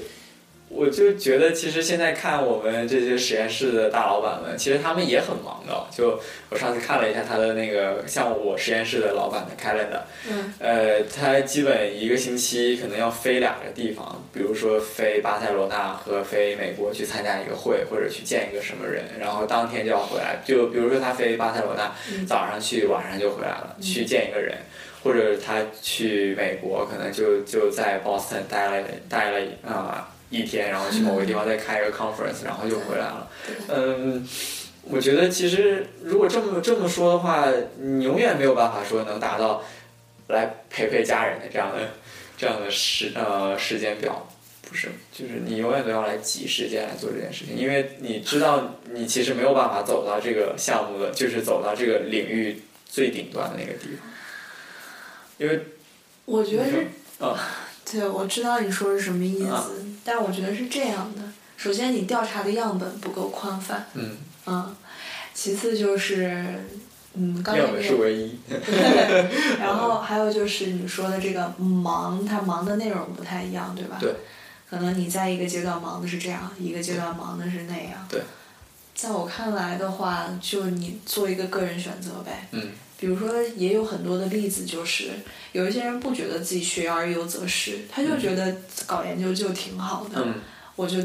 D: 我就觉得其实现在看我们这些实验室的大老板们，其实他们也很忙的。就我上次看了一下他的那个，像我实验室的老板的 calendar，
E: 嗯
D: 呃，他基本一个星期可能要飞两个地方，比如说飞巴塞罗那和飞美国去参加一个会，或者去见一个什么人，然后当天就要回来。就比如说他飞巴塞罗那，早上去，晚上就回来了，去见一个人。或者他去美国，可能就就在 Boston 待了待了啊、一天，然后去某个地方再开一个 conference，然后就回来了。嗯，我觉得其实如果这么这么说的话，你永远没有办法说能达到来陪陪家人的这样的这样的时呃时间表。不是，就是你永远都要来挤时间来做这件事情，因为你知道你其实没有办法走到这个项目的，就是走到这个领域最顶端的那个地方，因为
E: 我觉得是，
D: 啊，
E: 对，我知道你说是什么意思，
D: 啊
E: 但我觉得是这样的：首先，你调查的样本不够宽泛，
D: 嗯，
E: 嗯；其次就是，嗯，刚才
D: 样本
E: 你
D: 数为一，
E: 然后还有就是你说的这个忙，它忙的内容不太一样，对吧？
D: 对。
E: 可能你在一个阶段忙的是这样，一个阶段忙的是那样。
D: 对。
E: 在我看来的话，就你做一个个人选择呗。
D: 嗯
E: 比如说，也有很多的例子，就是有一些人不觉得自己学而优则仕，他就觉得搞研究就挺好的，
D: 嗯，
E: 我就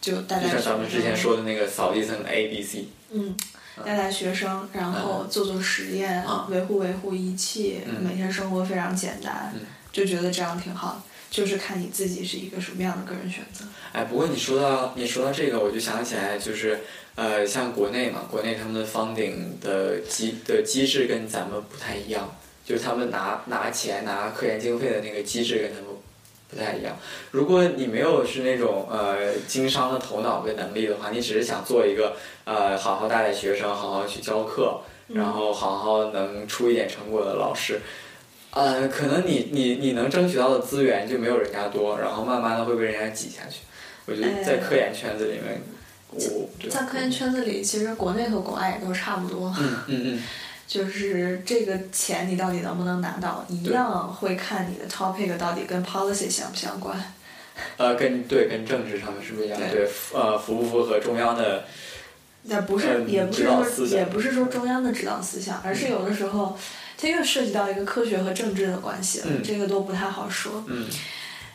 E: 就带带
D: 就像
E: 学
D: 咱们之前
E: 生
D: 说的那个扫地僧 A B C，
E: 嗯，带带学生，然后做做实验，
D: 啊
E: 维护维护仪器，
D: 嗯
E: 每天生活非常简单，
D: 嗯
E: 就觉得这样挺好。就是看你自己是一个什么样的个人选择。
D: 哎，不过你说到你说到这个，我就想起来，就是呃，像国内嘛，国内他们的 funding 的机的机制跟咱们不太一样，就是他们拿拿钱拿科研经费的那个机制跟他们不太一样。如果你没有是那种呃经商的头脑跟能力的话，你只是想做一个呃好好带带学生，好好去教课，
E: 嗯
D: 然后好好能出一点成果的老师。呃，可能你你你能争取到的资源就没有人家多，然后慢慢的会被人家挤下去。我觉得在科研圈子里面，我对
E: 哎在科研圈子里，其实国内和国外也都差不多，
D: 嗯嗯
E: 就是这个钱你到底能不能拿到，一
D: 对
E: 样会看你的 topic 到底跟 policy 相不相关。
D: 呃，跟对跟政治上面是不一样的，
E: 对
D: 对呃符不符合中央的
E: 那不是，
D: 嗯
E: 也不是
D: 指导
E: 说
D: 思，想嗯
E: 也不是说中央的指导思想，而是有的时候，它又涉及到一个科学和政治的关系了，
D: 嗯
E: 这个都不太好说。
D: 嗯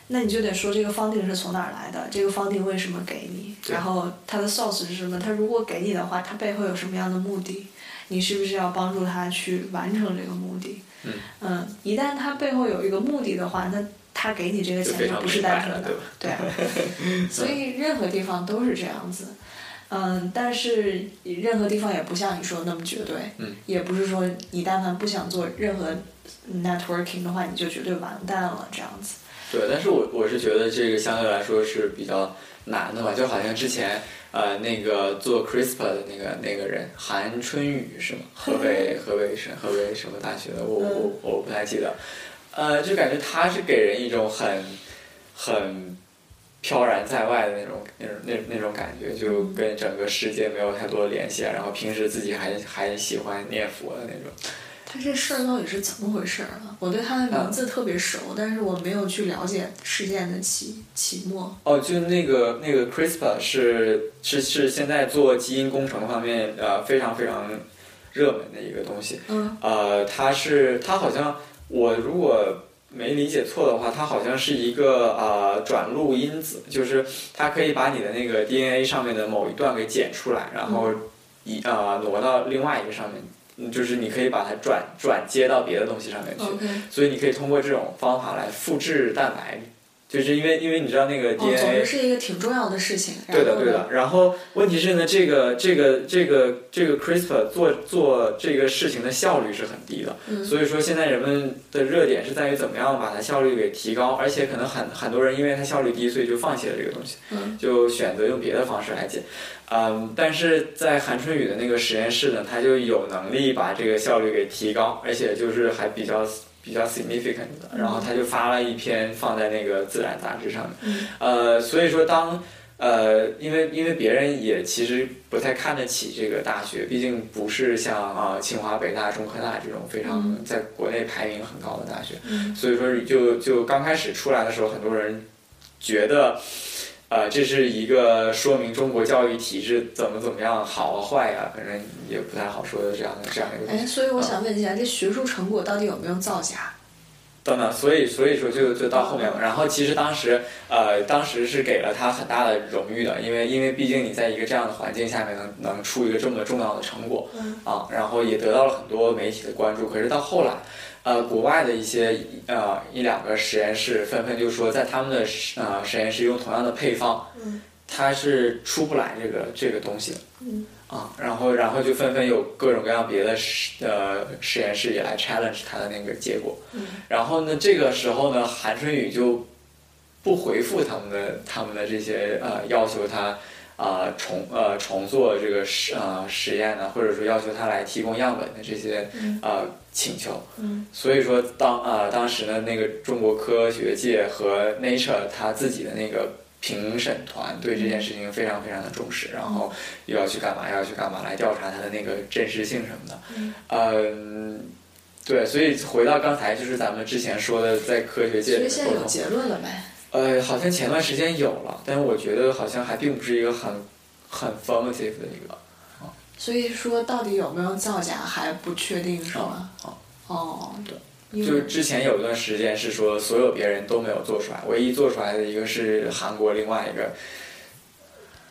E: 那你就得说这个 funding 是从哪儿来的，这个 funding 为什么给你，
D: 对
E: 然后它的 source 是什么？它如果给你的话，它背后有什么样的目的？你是不是要帮助他去完成这个目的？
D: 嗯
E: 一旦他背后有一个目的的话，那他给你这个
D: 就
E: 钱
D: 非
E: 就
D: 常
E: 不是
D: 明白
E: 单纯
D: 了，
E: 的
D: 对吧？，
E: 对啊。 所以任何地方都是这样子，嗯，但是任何地方也不像你说的那么绝对，
D: 嗯
E: 也不是说你但凡不想做任何 networking 的话，你就绝对完蛋了这样子。
D: 对，但是我我是觉得这个相对来说是比较难的吧，就好像之前呃那个做 CRISPR 的那个那个人韩春雨是吗？河北河北省河北什么大学的，我我我不太记得，呃，就感觉他是给人一种很很飘然在外的那种那种那那种感觉，就跟整个世界没有太多联系，啊然后平时自己还还喜欢念佛的那种。
E: 他这事儿到底是怎么回事儿啊？我对他的名
D: 嗯
E: 字特别熟，但是我没有去了解事件的起起末。
D: 哦，就那个那个 CRISPR 是是是现在做基因工程方面呃非常非常热门的一个东西。
E: 嗯
D: 呃，它是它好像我如果没理解错的话，它好像是一个呃转录因子，就是它可以把你的那个 DNA 上面的某一段给剪出来，然后一呃挪到另外一个上面，嗯就是你可以把它转转接到别的东西上面去。
E: ，OK，
D: 所以哦你可以通过这种方法来复制蛋白，就是因为因为你知道那个
E: 哦，总
D: DNA，、
E: 之是一个挺重要的事情。然
D: 对的
E: 后
D: 对
E: 呢
D: 的。然后问题是呢，这个这个这个这个 CRISPR 做做这个事情的效率是很低的，
E: 嗯
D: 所以说现在人们的热点是在于怎么样把它效率给提高，而且可能很很多人因为它效率低，所以就放弃了这个东西。
E: 嗯
D: 就选择用别的方式来解。嗯，但是在韩春雨的那个实验室呢，他就有能力把这个效率给提高，而且就是还比较比较 significant 的。然后他就发了一篇放在那个《自然》杂志上面。
E: 嗯
D: 呃，所以说当呃，因为因为别人也其实不太看得起这个大学，毕竟不是像啊、呃清华、北大、中科大这种非常
E: 嗯
D: 在国内排名很高的大学。
E: 嗯
D: 所以说就就刚开始出来的时候，很多人觉得，呃，这是一个说明中国教育体制怎么怎么样好啊坏呀、反正也不太好说的这样的这样的一个东
E: 哎，
D: 西。
E: 所以我想问一下，这学术成果到底有没有造假？
D: 等等，所以所以说就就到后面了。然后其实当时呃，当时是给了他很大的荣誉的，因为因为毕竟你在一个这样的环境下面能能出一个这么重要的成果，
E: 嗯
D: 啊，然后也得到了很多媒体的关注。可是到后来，呃，国外的一些呃一两个实验室纷纷就说，在他们的实呃实验室用同样的配方，
E: 嗯
D: 它是出不来这个这个东西的
E: 嗯
D: 啊。然后然后就纷纷有各种各样别的实呃实验室也来 challenge 它的那个结果。
E: 嗯
D: 然后呢，这个时候呢，韩春雨就不回复他们的他们的这些呃要求他啊、呃重呃重做这个实呃实验呢，或者说要求他来提供样本的这些
E: 嗯
D: 呃请求。
E: 嗯
D: 所以说当呃当时的那个中国科学界和 Nature 他自己的那个评审团对这件事情非常非常的重
E: 嗯
D: 视，然后又要去干嘛，又要去干嘛来调查它的那个真实性什么的。
E: 嗯
D: 嗯，对，所以回到刚才就是咱们之前说的，在科学界
E: 所
D: 里的沟
E: 以现在有
D: 通，
E: 结论了呗？
D: 呃，好像前段时间有了，但是我觉得好像还并不是一个很很 formative 的一个。
E: 所以说到底有没有造假还不确定是吗？
D: 啊
E: 哦，
D: 对，
E: 因
D: 就是
E: 为
D: 之前有一段时间是说所有别人都没有做出来，唯一做出来的一个是韩国另外一个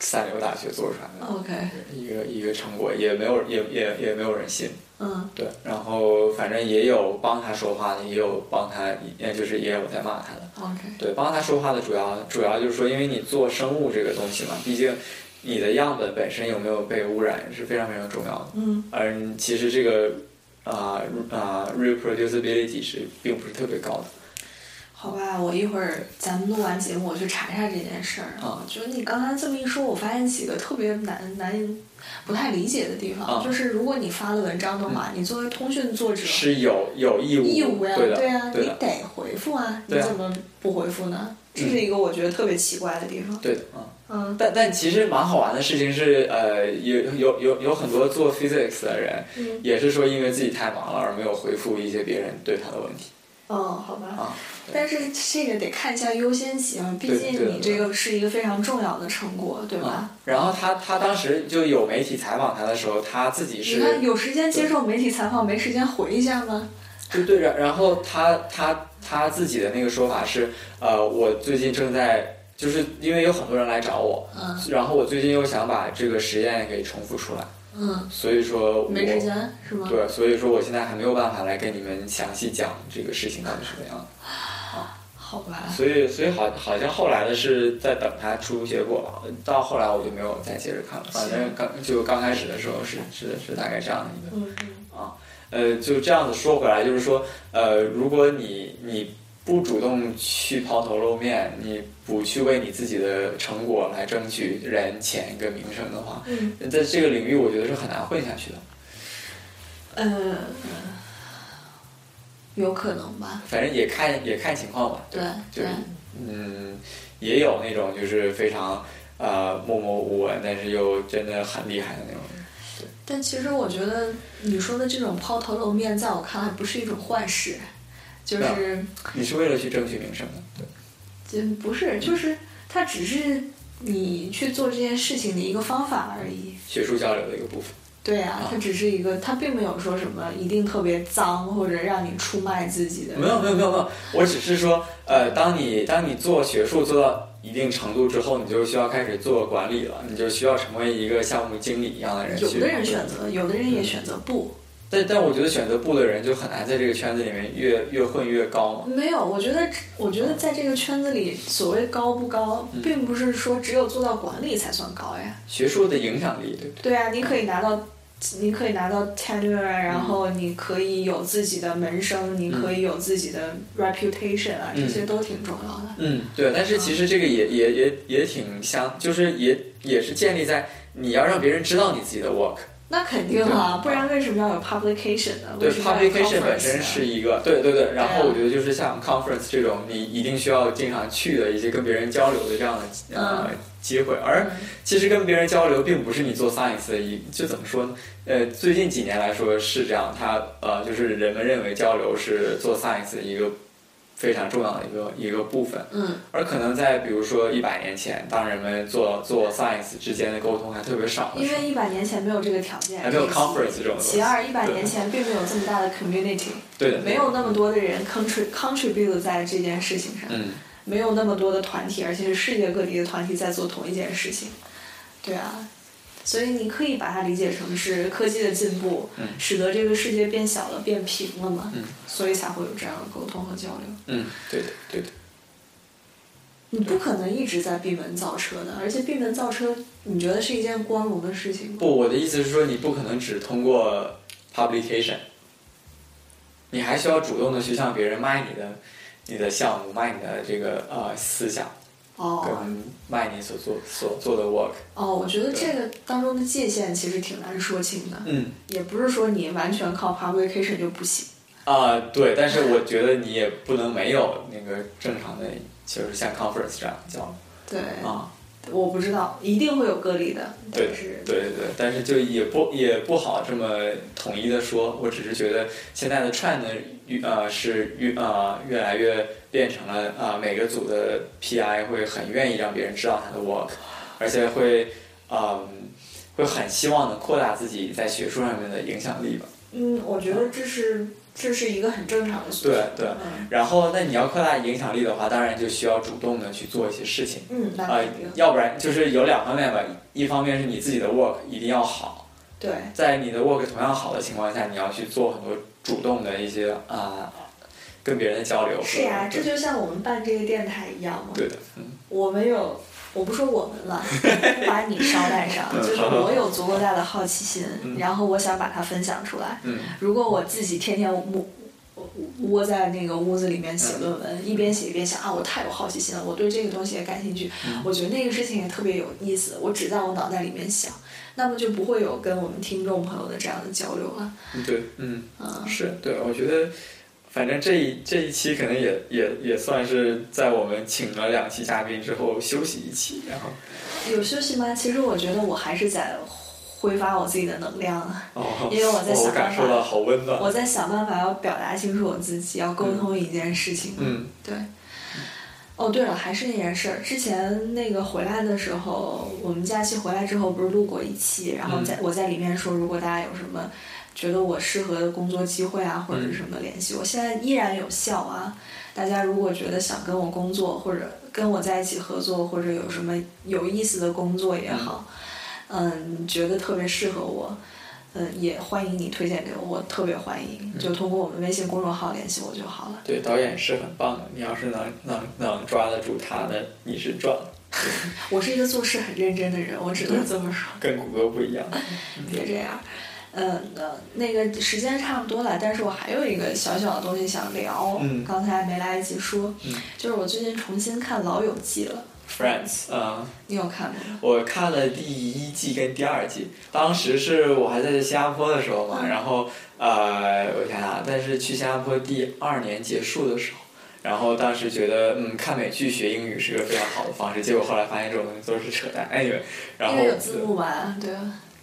D: 三流大学做出来的
E: OK，
D: 一个一个成果，也没有也也也没有人信。
E: 嗯
D: 对，然后反正也有帮他说话的，也有帮他，也就是也有在骂他的。
E: ，OK，
D: 对，帮他说话的主要主要就是说，因为你做生物这个东西嘛，毕竟你的样本本身有没有被污染是非常非常重要的。
E: 嗯
D: 而其实这个啊啊、reproducibility 是并不是特别高的。
E: 好吧，我一会儿咱们录完节目，我去查查这件事儿。
D: 啊
E: 我觉得你刚才这么一说，我发现几个特别难难不太理解的地方，
D: 啊嗯
E: 就是如果你发了文章的话，你作为通讯作者。
D: 是有有义务，
E: 啊义务呀、
D: 对的，
E: 对啊，
D: 对
E: 你
D: 的，
E: 得回复啊，你
D: 对啊嗯
E: 怎么不回复呢？这是一个我觉得特别奇怪的地方。
D: 对的，嗯。
E: 嗯
D: 但但其实蛮好玩的事情是，呃，有有有有很多做 physics 的人，
E: 嗯
D: 也是说因为自己太忙了而没有回复一些别人对他的问题
E: 哦，好吧。
D: 啊。对
E: 但是这个得看一下优先级啊，毕
D: 对对
E: 竟
D: 的
E: 你这个是一个非常重要的成果，对吧？
D: 啊，然后他他当时就有媒体采访他的时候，他自己
E: 你看
D: 是
E: 有时间接受媒体采访，没时间回一下吗？
D: 对对，然然后他他他自己的那个说法是，呃，我最近正在就是因为有很多人来找我，
E: 嗯
D: 然后我最近又想把这个实验给重复出来，
E: 嗯，
D: 所以说我
E: 没时间是吗？
D: 对，所以说我现在还没有办法来跟你们详细讲这个事情到底是怎样
E: 啊
D: 的。
E: 好吧，
D: 所以，所以好，好像后来的是在等他出结果吧。到后来我就没有再接着看了。反正刚就刚开始的时候是是是大概这样的一个
E: 嗯，
D: 啊，呃，就这样子说回来，就是说，呃，如果你你不主动去抛头露面，你不去为你自己的成果来争取人钱跟名声的话，
E: 嗯
D: 在这个领域我觉得是很难混下去的。
E: 呃，有可能吧，
D: 反正也看也看情况吧，
E: 对
D: 就
E: 对
D: 是，嗯，也有那种就是非常呃默默无闻，但是又真的很厉害的那种人。
E: 但其实我觉得你说的这种抛头露面，在我看来不是一种坏事，就是
D: 你是为了去争取名声的，
E: 就不是就是它只是你去做这件事情的一个方法而已。
D: 学术交流的一个部分。
E: 对啊，它只是一个，它并没有说什么一定特别脏或者让你出卖自己 的。
D: 没有没有没有没有，我只是说，呃，当你当你做学术做到一定程度之后，你就需要开始做管理了，你就需要成为一个项目经理一样的人去。
E: 有的人选择，有的人也选择不。
D: 但但我觉得选择不的人就很难在这个圈子里面越越混越高嘛。
E: 哦没有，我觉得，我觉得在这个圈子里，所谓高不高，
D: 嗯
E: 并不是说只有做到管理才算高呀。
D: 学术的影响力，对不对？
E: 对啊，你可以拿到，你可以拿到 tenure，然啊
D: 嗯
E: 后你可以有自己的门生，你可以有自己的 reputation 啊，这些都挺重要的。
D: 嗯，对，但
E: 啊
D: 是其实这个也也也也挺像，就是也也是建立在你要让别人知道你自己的 work。
E: 那肯定啊，不然为什么要有 publication 呢？
D: 对
E: 为什么要有
D: ，publication
E: conference
D: 本身
E: 呢
D: 是一个，对对对。然后
E: 对啊
D: 我觉得就是像 conference 这种，你一定需要经常去的一些跟别人交流的这样的呃
E: 嗯
D: 机会。而其实跟别人交流，并不是你做 science 的一，就怎么说呢？呃，最近几年来说是这样，它呃就是人们认为交流是做 science 的一个非常重要的一个一个部分。
E: 嗯
D: 而可能在比如说一百年前，当人们做做 science 之间的沟通还特别少，的
E: 因
D: 时候，
E: 为一百年前没有这个条件，
D: 还没有 conference 这种东西
E: 其二，一百年前并没有这么大的 community，
D: 对的，
E: 没有那么多的人 contri contribute 在这件事情上，
D: 嗯，
E: 没有那么多的团体，而且是世界各地的团体在做同一件事情，对啊。所以你可以把它理解成是科技的进步，
D: 嗯
E: 使得这个世界变小了、变平了嘛，
D: 嗯
E: 所以才会有这样的沟通和交流。
D: 嗯，对的，对的，
E: 你不可能一直在闭门造车的，而且闭门造车，你觉得是一件光荣的事情吗？
D: 不，我的意思是说，你不可能只通过 publication，你还需要主动的去向别人卖你的你的项目，卖你的这个呃思想，
E: 哦，
D: 跟卖你所做所做的 work，
E: 哦，我觉得这个当中的界限其实挺难说清的，
D: 嗯。
E: 也不是说你完全靠 publication 就不行。
D: 啊、对，但是我觉得你也不能没有那个正常的，就是像 conference 这样的交流
E: 对，
D: 啊。
E: 我不知道，一定会有个例的，
D: 对
E: 但是
D: 对对对，但是就也不也不好这么统一的说，我只是觉得现在的 trend 呢越呃是越呃越来越变成了啊、呃每个组的 PI 会很愿意让别人知道他的 work，而且会嗯、会很希望能扩大自己在学术上面的影响力吧。
E: 嗯，我觉得这是这是一个很正常的诉求。
D: 对对
E: 嗯
D: 然后，那你要扩大影响力的话，当然就需要主动的去做一些事情。
E: 嗯，那
D: 呃
E: 肯定、，
D: 要不然就是有两方面吧，一方面是你自己的 work 一定要好，
E: 对，
D: 在你的 work 同样好的情况下，你要去做很多主动的一些啊、跟别人的交流。
E: 是呀、这
D: 对
E: 就像我们办这个电台一样嘛。
D: 对的，嗯，
E: 我们有，我不说我 们了，我把你捎带上，
D: 嗯
E: 就是我有足够大的好奇心，然后我想把它分享出来。
D: 嗯
E: 如果我自己天天窝窝窝在那个屋子里面写论文，一边写一边想啊，我太有好奇心了，我对这个东西也感兴趣，我觉得那个事情也特别有意思，我只在我脑袋里面想，那么就不会有跟我们听众朋友的这样的交流了。
D: 对，嗯，
E: 嗯，
D: 是对，我觉得。反正这一这一期可能也也也算是在我们请了两期嘉宾之后休息一期，然后
E: 有休息吗？其实我觉得我还是在挥发我自己的能量啊。
D: 哦，
E: 因为我在想办法
D: 感受到好温暖，
E: 我在想办法要表达清楚我自己，要沟通一件事情。
D: 嗯
E: 对。哦，对了，还是那件事儿。之前那个回来的时候，我们假期回来之后不是录过一期，然后在、我在里面说，如果大家有什么觉得我适合的工作机会啊，或者是什么联系我，现在依然有效啊。大家如果觉得想跟我工作，或者跟我在一起合作，或者有什么有意思的工作也好，嗯，觉得特别适合我，嗯，也欢迎你推荐给我，我特别欢迎，就通过我们微信公众号联系我就好了。
D: 对，导演是很棒的，你要是能能能抓得住他的，你是赚了，
E: 我是一个做事很认真的人，我只能这么说，
D: 跟谷歌不一样。
E: 别这样。嗯，呃，那个时间差不多了，但是我还有一个小小的东西想聊，
D: 嗯
E: 刚才没来得及说，
D: 嗯
E: 就是我最近重新看《老友记》了，
D: Friends，嗯，
E: 你有看过吗？
D: 我看了第一季跟第二季，当时是我还在新加坡的时候
E: 嗯
D: 嘛，然后呃，我想想，但是去新加坡第二年结束的时候，然后当时觉得嗯，看美剧学英语是个非常好的方式，结果后来发现这种东西都是扯淡，anyway，然后
E: 因为有字幕吧，对吧？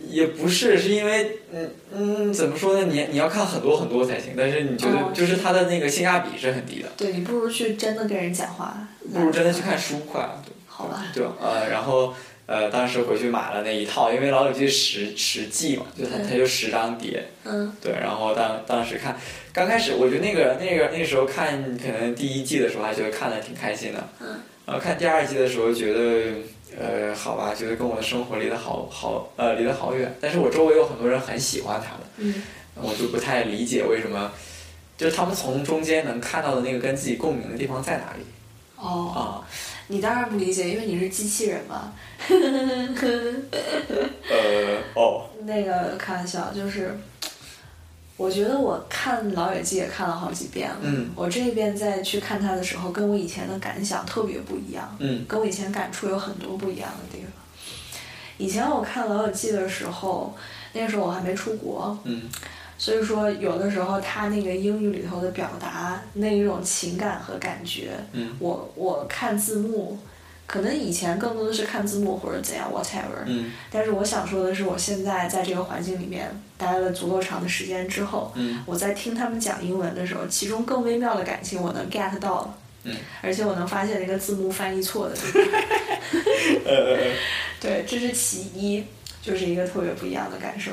D: 也不是，是因为嗯嗯，怎么说呢？你你要看很多很多才行，但是你觉得
E: 哦
D: 就是它的那个性价比是很低的，
E: 对你不如去真的跟人讲话，
D: 不如真的去看书快。啊对
E: 好吧？
D: 对吧？呃，然后呃，当时回去买了那一套，因为《老友记》十十季嘛，就它它就十张碟，
E: 嗯，
D: 对。然后当当时看，刚开始我觉得那个那个那时候看，可能第一季的时候还觉得看的挺开心的，
E: 嗯。
D: 然后看第二季的时候觉得。呃，好吧，觉得跟我的生活离得好好呃离得好远，但是我周围有很多人很喜欢他们，
E: 嗯，
D: 我就不太理解为什么，就是他们从中间能看到的那个跟自己共鸣的地方在哪里啊？
E: 哦，你当然不理解，因为你是机器人嘛。
D: 呃，哦，
E: 那个开玩笑，就是我觉得我看《老友记》也看了好几遍了。
D: 嗯
E: 我这一遍再去看它的时候，跟我以前的感想特别不一样，
D: 嗯
E: 跟我以前感触有很多不一样的地方。以前我看《老友记》的时候，那时候我还没出国，
D: 嗯。
E: 所以说有的时候他那个英语里头的表达那一种情感和感觉，
D: 嗯
E: 我我看字幕，可能以前更多的是看字幕或者怎样 whatever，、
D: 嗯
E: 但是我想说的是，我现在在这个环境里面待了足够长的时间之后，
D: 嗯
E: 我在听他们讲英文的时候，其中更微妙的感情我能 get 到了，
D: 嗯
E: 而且我能发现那个字幕翻 译错的 地方。
D: 呃呃呃，
E: 对，这是其一，就是一个特别不一样的感受。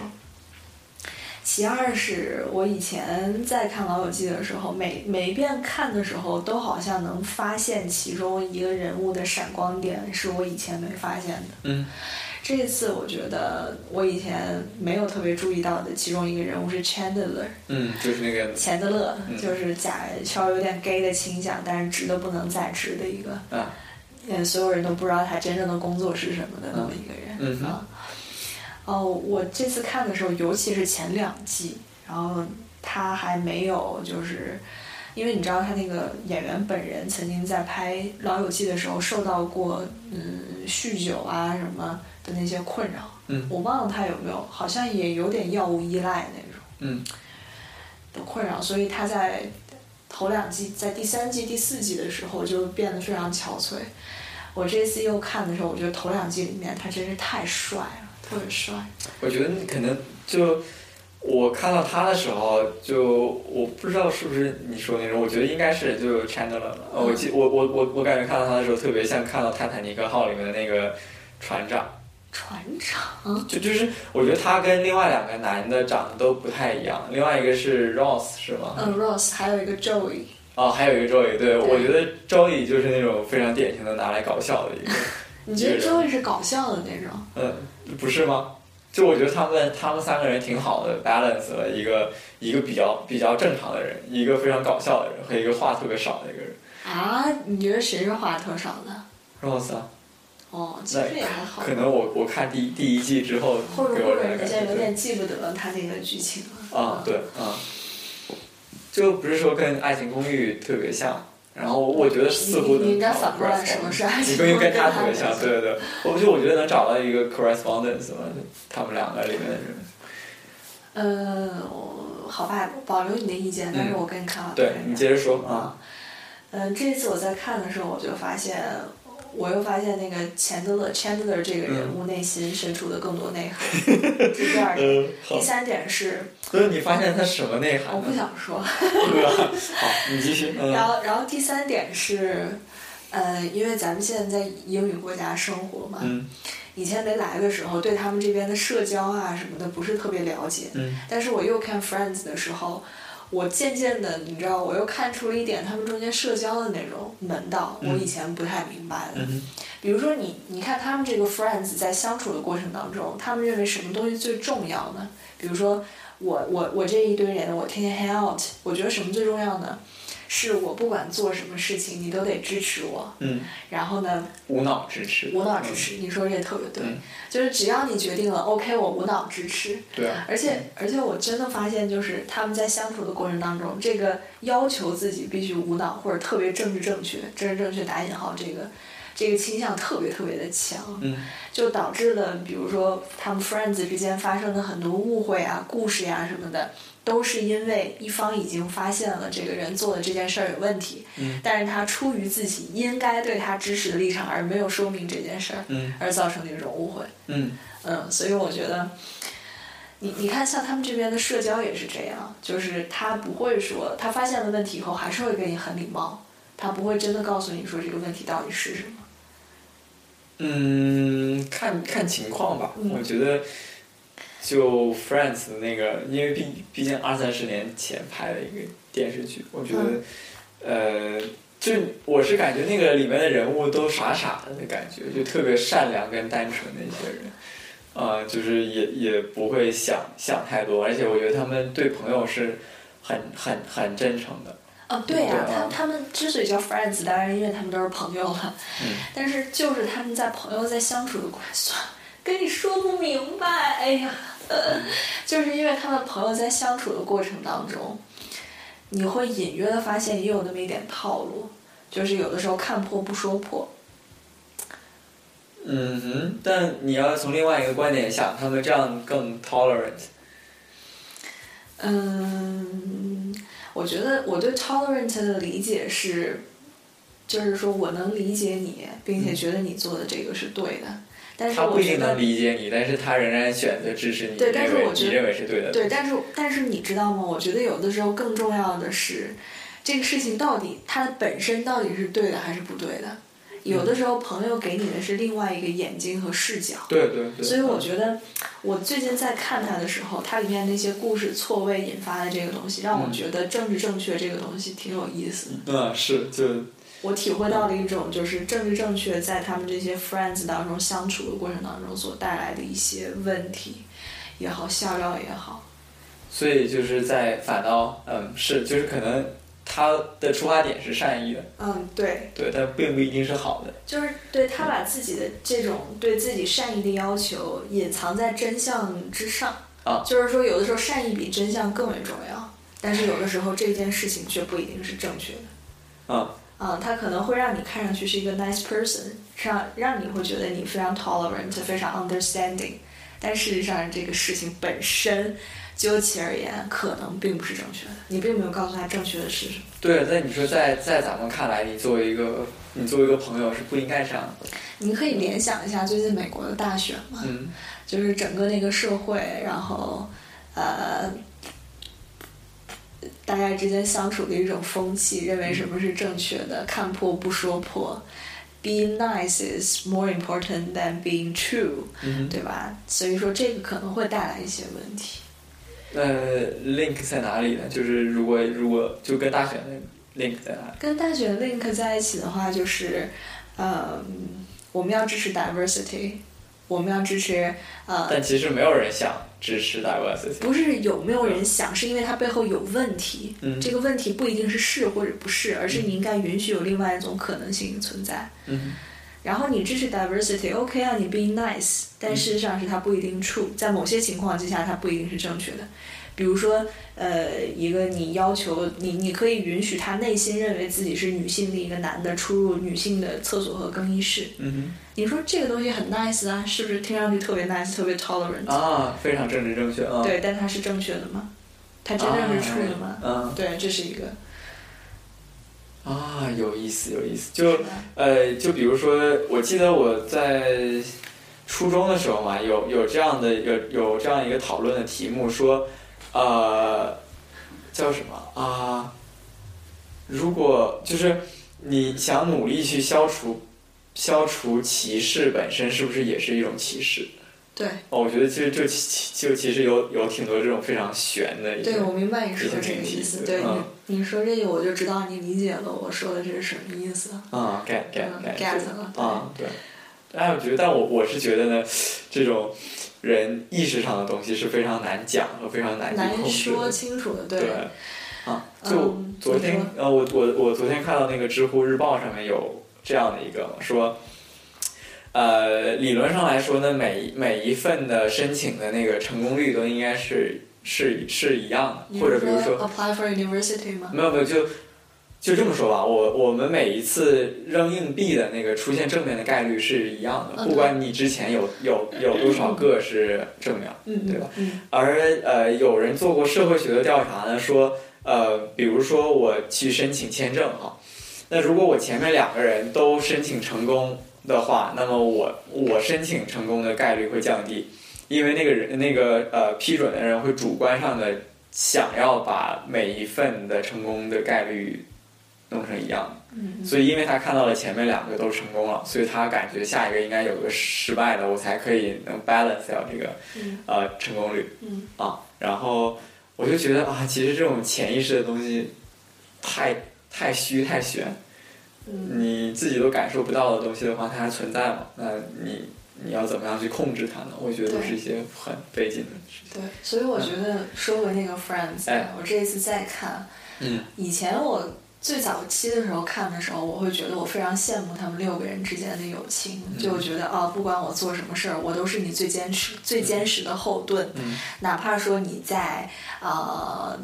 E: 其二是我以前在看《老友记》的时候，每每一遍看的时候，都好像能发现其中一个人物的闪光点，是我以前没发现的。
D: 嗯
E: 这一次我觉得我以前没有特别注意到的其中一个人物是 Chandler
D: 嗯，就是那个
E: 钱德勒，
D: 嗯
E: 就是假稍微有点 gay 的倾向，但是直的不能再直的一个，
D: 啊，
E: 嗯，所有人都不知道他真正的工作是什么的那么一个人、
D: 嗯嗯哼
E: 啊。哦，我这次看的时候，尤其是前两季，然后他还没有就是。因为你知道他那个演员本人曾经在拍《老友记》的时候受到过嗯酗酒啊什么的那些困扰，
D: 嗯
E: 我忘了他有没有，好像也有点药物依赖那种，
D: 嗯
E: 的困扰，所以他在头两季，在第三季、第四季的时候就变得非常憔悴。我这次又看的时候，我觉得头两季里面他真是太帅了，特别帅。
D: 我觉得你可能就我看到他的时候，就我不知道是不是你说那种，我觉得应该是就 Chandler 了。呃我记我我我我感觉看到他的时候，特别像看到《泰坦尼克号》里面的那个船长，
E: 船长，
D: 就就是我觉得他跟另外两个男的长得都不太一样，另外一个是 Ross 是吗？
E: 嗯，Ross，还有一个 Joey，
D: 哦，还有一个 Joey，对我觉得 Joey 就是那种非常典型的拿来搞笑的一个，
E: 你觉得 Joey 是搞笑的那种？
D: 嗯，不是吗？就我觉得他们他们三个人挺好的，balance 了一个一个比较比较正常的人，一个非常搞笑的人和一个话特别少的一个人
E: 啊，你觉得谁是话特少的？
D: ，Ross 啊。
E: 哦，其
D: 那
E: 实也还好，
D: 可能我我看第第一季之后
E: 或者
D: 给
E: 或
D: 我
E: 者
D: 的
E: 你
D: 感
E: 现在
D: 觉
E: 有
D: 对
E: 点记不得他那个剧情了。
D: 啊，对啊，就不是说跟《爱情公寓》特别像，然后我觉得似乎
E: 你你应该
D: 能找
E: 反过来
D: correspondence
E: 说是爱情
D: 你跟
E: 公寓
D: 跟他特别
E: 跟他特别
D: 像，
E: 像
D: 对对对，我就我觉得能找到一个 correspondence 嘛，就他们两个里面的人，
E: 呃，我好吧，我保留你的意见，但是我跟你看法不
D: 嗯对
E: 一样。
D: 你接着说啊，
E: 嗯，这次我在看的时候，我就发现，我又发现那个钱德勒 Chandler 这个
D: 嗯
E: 人物内心深处的更多内 涵。这是第二点，
D: 嗯，好
E: 第，三点是
D: 所以你发现他什么内
E: 我
D: 涵
E: 不
D: 呢？
E: 想说。
D: 对吧？好，你继续，嗯，
E: 然后，然后第三点是，呃，因为咱们现在在英语国家生活嘛，
D: 嗯
E: 以前没来的时候，对他们这边的社交啊什么的不是特别了解。
D: 嗯
E: 但是我又看 Friends 的时候，我渐渐的，你知道，我又看出了一点他们中间社交的那种门道，我以前不太明白的。
D: 嗯
E: 比如说你，你看他们这个 friends 在相处的过程当中，他们认为什么东西最重要呢？比如说我我我这一堆人，我天天 hang out，我觉得什么最重要呢？是我不管做什么事情，你都得支持我。
D: 嗯，
E: 然后呢，
D: 无脑支持，
E: 无脑支持，你说这特别对，
D: 嗯
E: 就是只要你决定了，OK，我无脑支持。
D: 嗯，对啊，
E: 而且而且我真的发现，就是他们在相处的过程当中，这个要求自己必须无脑或者特别政治正确，政治正确打引号这个这个倾向特别特别的强，
D: 嗯
E: 就导致了比如说他们 friends 之间发生的很多误会啊、故事呀、什么的。都是因为一方已经发现了这个人做的这件事儿有问题，
D: 嗯
E: 但是他出于自己应该对他支持的立场而没有说明这件事儿，
D: 嗯
E: 而造成的一种误会。
D: 嗯
E: 嗯，所以我觉得，你你看，像他们这边的社交也是这样，就是他不会说他发现了问题以后还是会跟你很礼貌，他不会真的告诉你说这个问题到底是什么。
D: 嗯，看看情况吧，
E: 嗯
D: 我觉得。就 Friends 的那个，因为毕毕竟二三十年前拍的一个电视剧，我觉得，呃，就我是感觉那个里面的人物都傻傻的感觉，就特别善良跟单纯的一些人，呃，就是也也不会想想太多，而且我觉得他们对朋友是很很很真诚的，
E: 哦，对呀、
D: 对
E: 他
D: 啊
E: 他们之所以叫 friends，当然因为他们都是朋友了，
D: 嗯
E: 但是就是他们在朋友在相处的过程，算跟你说不明白，哎呀，
D: 嗯
E: 呃，就是因为他们朋友在相处的过程当中，你会隐约的发现也有那么一点套路，就是有的时候看破不说破，
D: 嗯哼，但你要从另外一个观点想，他们这样更 tolerant，
E: 嗯，我觉得我对 tolerant 的理解是，就是说我能理解你，并且觉得你做的这个是对的，但是
D: 嗯他不
E: 我
D: 一
E: 觉
D: 定
E: 得
D: 能理解你，但是他仍然选择支持你，
E: 对但是
D: 认为
E: 我觉
D: 你
E: 得
D: 认为是对的，
E: 对，但是但是你知道吗？我觉得有的时候更重要的是，这个事情到底它的本身到底是对的还是不对的？有
D: 嗯
E: 的时候朋友给你的是另外一个眼睛和视角。
D: 对对对，
E: 所以我
D: 嗯
E: 觉得，我最近在看它的时候，它里面那些故事错位引发的这个东西，让我
D: 嗯
E: 觉得政治正确这个东西挺有意思的。
D: 嗯，是就
E: 我体会到了一种就是政治正确在他们这些 friends 当中相处的过程当中所带来的一些问题，也好，笑料也好。
D: 所以就是在反倒嗯是就是可能他的出发点是善意的，
E: 嗯，对，
D: 对，但并不一定是好的。
E: 就是对他把自己的这种对自己善意的要求隐藏在真相之上
D: 啊
E: 就是说有的时候善意比真相更为重要，但是有的时候这件事情却不一定是正确的
D: 啊
E: 啊，他可能会让你看上去是一个 nice person，让让你会觉得你非常 tolerant，非常 understanding，但事实上这个事情本身究其而言可能并不是正确的，你并没有告诉他正确的是什么。
D: 对，但你说在在咱们看来，你作为一个你作为一个朋友是不应该这样的。
E: 你可以联想一下最近美国的大选嘛，
D: 嗯
E: 就是整个那个社会，然后呃，大家之间相处的一种风气，认为什么是正确的，看破不说破， being nice is more important than being true，、
D: 嗯
E: 对吧？所以说这个可能会带来一些问题。
D: 那 link 在哪里呢？就是如果如果就跟大选那 link 在哪里？
E: 跟大学 link 在一起的话，就是，嗯，我们要支持 diversity，我们要支持呃
D: 但其实没有人想支持 diversity。
E: 不是有没有人想，是因为它背后有问题。
D: 嗯
E: 这个问题不一定是是或者不是，而是你应该允许有另外一种可能性存在。
D: 嗯
E: 然后你支持 diversity，OK、啊，你 being nice，但事实上是它不一定 true，在某些情况之下它不一定是正确的。比如说，呃，一个你要求你，你可以允许他内心认为自己是女性的一个男的出入女性的厕所和更衣室。
D: 嗯
E: 你说这个东西很 nice 啊，是不是听上去特别 nice，特别 tolerant？
D: 哼啊，非常政治正确啊。
E: 对，但它是正确的吗？它真的是 true 的吗？
D: 啊
E: 对，这是一个。
D: 啊，有意思有意思。就是
E: 吧
D: 呃，就比如说，我记得我在初中的时候嘛，有有这样的有有这样一个讨论的题目，说，呃，叫什么啊、如果就是你想努力去消除消除歧视本身，是不是也是一种歧视？
E: 对，
D: 哦，我觉得其实就其就其实有有挺多这种非常玄的一
E: 对，我
D: 种，
E: 明白你说
D: 已经
E: 这个
D: 明
E: 意
D: 白
E: 思。
D: 了
E: 对
D: 嗯
E: 你，你说这个我就知道你理解了我说的这是什么意思。
D: 啊，get get
E: 嗯
D: get
E: get 了。对
D: 啊，对。哎，我觉得，但我我是觉得呢，这种人意识上的东西是非常难讲和非常难去控
E: 难
D: 制
E: 说
D: 的。
E: 清楚的，
D: 对。
E: 对，
D: 啊，
E: 嗯
D: 就昨天
E: 你说，
D: 呃，我我我昨天看到那个知乎日报上面有这样的一个说，呃，理论上来说呢，每每一份的申请的那个成功率都应该是是是一样的，
E: 你
D: 或者
E: 是
D: 比如说
E: apply for university 吗？
D: 没有没有，就就这么说吧。我我们每一次扔硬币的那个出现正面的概率是一样的，
E: 嗯
D: 不管你之前有有有多少个是正面，
E: 嗯，
D: 对吧？
E: 嗯
D: 而呃，有人做过社会学的调查呢，说呃，比如说我去申请签证哈，那如果我前面两个人都申请成功的话，那么我我申请成功的概率会降低，因为那个人那个呃批准的人会主观上的想要把每一份的成功的概率弄成一样的。
E: 嗯嗯
D: 所以因为他看到了前面两个都成功了，所以他感觉下一个应该有个失败的，我才可以能 balance 掉这个
E: 嗯
D: 呃成功率
E: 嗯，
D: 啊。然后我就觉得啊，其实这种潜意识的东西太太虚太玄，
E: 嗯
D: 你自己都感受不到的东西的话，它还存在吗？那你你要怎么样去控制它呢？我觉得都
E: 对
D: 是一些很费劲的事情。
E: 对，所以我觉得说回那个 Friends，
D: 哎
E: 我这一次再看，
D: 嗯
E: 以前我最早期的时候看的时候，我会觉得我非常羡慕他们六个人之间的友情，
D: 嗯
E: 就我觉得啊，不管我做什么事儿，我都是你最坚实、最坚实的后盾，
D: 嗯
E: 哪怕说你在呃，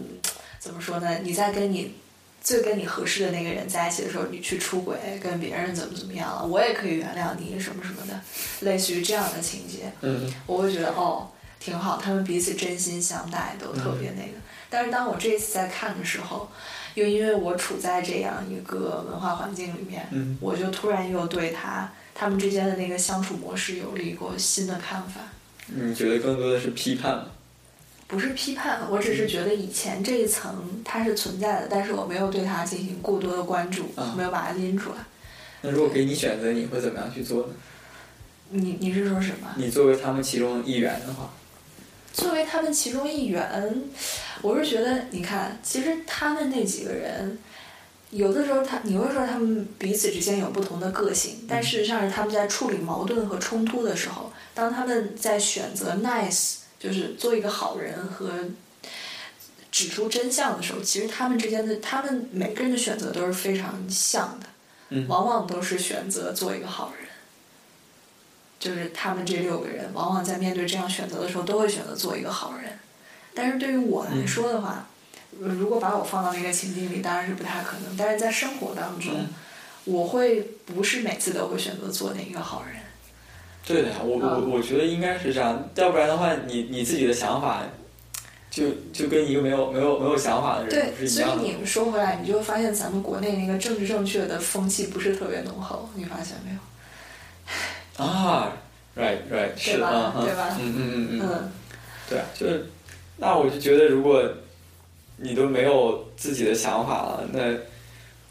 E: 怎么说呢？你在跟你最跟你合适的那个人在一起的时候，你去出轨，跟别人怎么怎么样了，我也可以原谅你什么什么的，类似于这样的情节。
D: 嗯
E: 我会觉得哦，挺好，他们彼此真心相待，都特
D: 嗯
E: 别那个。但是当我这一次在看的时候，又因为我处在这样一个文化环境里面，
D: 嗯
E: 我就突然又对他他们之间的那个相处模式有了一个新的看法。
D: 你嗯觉得更多的是批判吗？
E: 不是批判，我
D: 嗯
E: 只是觉得以前这一层它是存在的，但是我没有对它进行过多的关注，
D: 啊
E: 没有把它拎出来。
D: 那如果给你选择，你会怎么样去做呢？
E: 你你是说什么？
D: 你作为他们其中一员的话，
E: 作为他们其中一员，我是觉得，你看，其实他们那几个人，有的时候他你会说他们彼此之间有不同的个性，但事实上是他们在处理矛盾和冲突的时候，当他们在选择 nice，就是做一个好人和指出真相的时候，其实他们之间的他们每个人的选择都是非常像的，
D: 嗯
E: 往往都是选择做一个好人。就是他们这六个人，往往在面对这样选择的时候，都会选择做一个好人。但是对于我
D: 嗯
E: 来说的话，呃如果把我放到一个情境里，当然是不太可能。但是在生活当中，
D: 嗯
E: 我会不是每次都会选择做那一个好人。
D: 对的呀，我我
E: 嗯
D: 我觉得应该是这样，要不然的话，你你自己的想法，就就跟一个没有没有没有想法的人不
E: 对，
D: 是一
E: 所
D: 样
E: 以
D: 的
E: 你
D: 吗。
E: 们说回来，你就会发现咱们国内那个政治正确的风气不是特别浓厚，你发现没有？
D: 啊，right right，是
E: 吧
D: 啊，嗯
E: 对吧
D: 嗯嗯嗯嗯，
E: 嗯，
D: 对啊，就是，那我就觉得，如果你都没有自己的想法了，那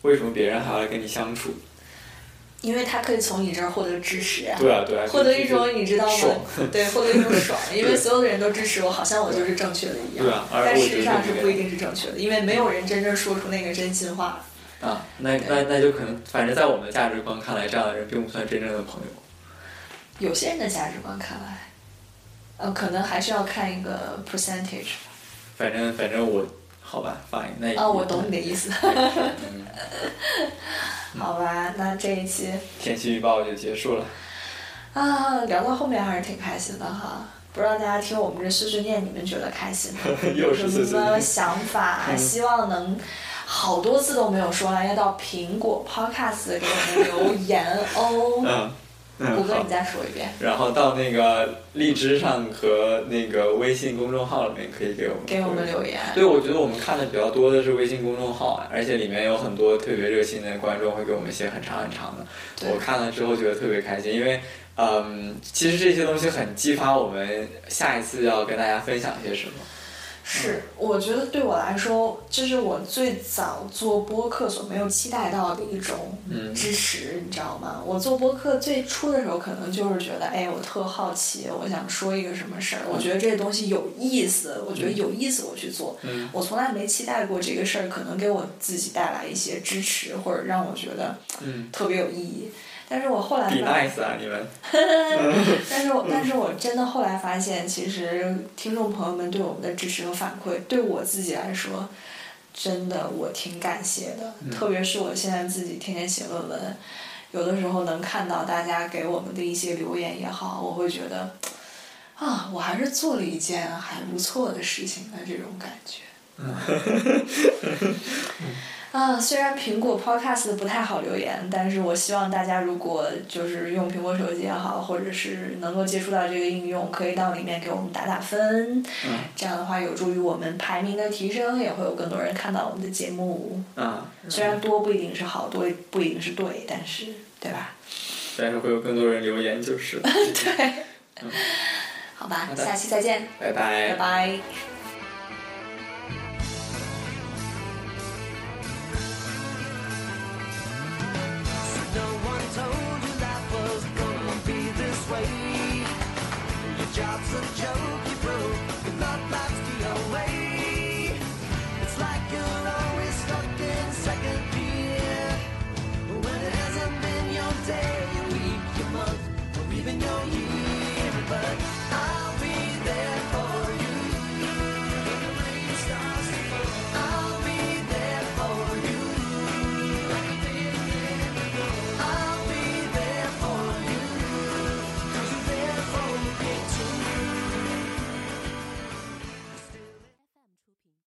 D: 为什么别人还要来跟你相处？
E: 因为他可以从你这儿获得支持呀、
D: 对啊对啊，
E: 获得一
D: 就是
E: 种你知道吗
D: 爽？
E: 对，获得一种 爽，因为
D: 对
E: 所有的人都支持我，好像我就是正确的一样。
D: 对啊而
E: 但
D: 我
E: 事
D: 觉
E: 实
D: 得
E: 上
D: 是
E: 是
D: 这
E: 不一
D: 样
E: 定是正确的，因为没有人真正说出那个真心话。
D: 啊，那那那就可能，反正在我们的价值观看来，这样的人并不算真正的朋友。
E: 有些人的价值观看来，呃，可能还是要看一个 percentage
D: 反正反正我好吧，fine，那也
E: 啊，我懂你的意思。
D: 嗯
E: 好吧，那这一期
D: 天气预报就结束了。
E: 啊，聊到后面还是挺开心的哈。不知道大家听我们这碎碎念，你们觉得开 心吗？
D: 又是碎
E: 有什
D: 碎
E: 么
D: 念嗯
E: 想法？啊希望能好多次都没有说了，要到苹果 Podcast 给我们留言哦。
D: 嗯
E: 胡
D: 嗯
E: 哥，
D: 好
E: 你，再说一遍，
D: 然后到那个荔枝上和那个微信公众号里面可以给我们
E: 给我们留言。
D: 对，我觉得我们看的比较多的是微信公众号，啊而且里面有很多特别热心的观众会给我们写很长很长的。
E: 对
D: 我看了之后觉得特别开心，因为嗯，其实这些东西很激发我们下一次要跟大家分享些什么。嗯
E: 是，我觉得对我来说，这是我最早做播客所没有期待到的一种
D: 嗯
E: 支持，你知道吗？我做播客最初的时候，可能就是觉得，哎，我特好奇，我想说一个什么事儿，我觉得这东西有意思，我觉得有意思，我去做。
D: 嗯
E: 我从来没期待过这个事儿，可能给我自己带来一些支持，或者让我觉得
D: 嗯
E: 特别有意义。但是我后来
D: ，be
E: 发
D: nice 啊，你们。
E: 但是我但是我真的后来发现，其实听众朋友们对我们的支持和反馈，对我自己来说，真的我挺感谢的。特别是我现在自己天天写论文，有的时候能看到大家给我们的一些留言也好，我会觉得，啊，我还是做了一件还不错的事情的这种感觉。啊，虽然苹果 Podcast 不太好留言，但是我希望大家如果就是用苹果手机也好，或者是能够接触到这个应用，可以到里面给我们打打分。
D: 嗯
E: 这样的话，有助于我们排名的提升，也会有更多人看到我们的节目。
D: 啊，
E: 虽然多不一定是好，多不一定是对，但是对吧？
D: 但是会有更多人留言就是了。
E: 对。好吧，
D: 好的
E: 下期再见，
D: 拜拜。
E: 拜拜。
F: No one told you life was gonna be this way. Your job's a joke, you broke, your love life's the away. It's like you're always stuck in second gear. When it hasn't been your day, your week, your month, or even your year. But I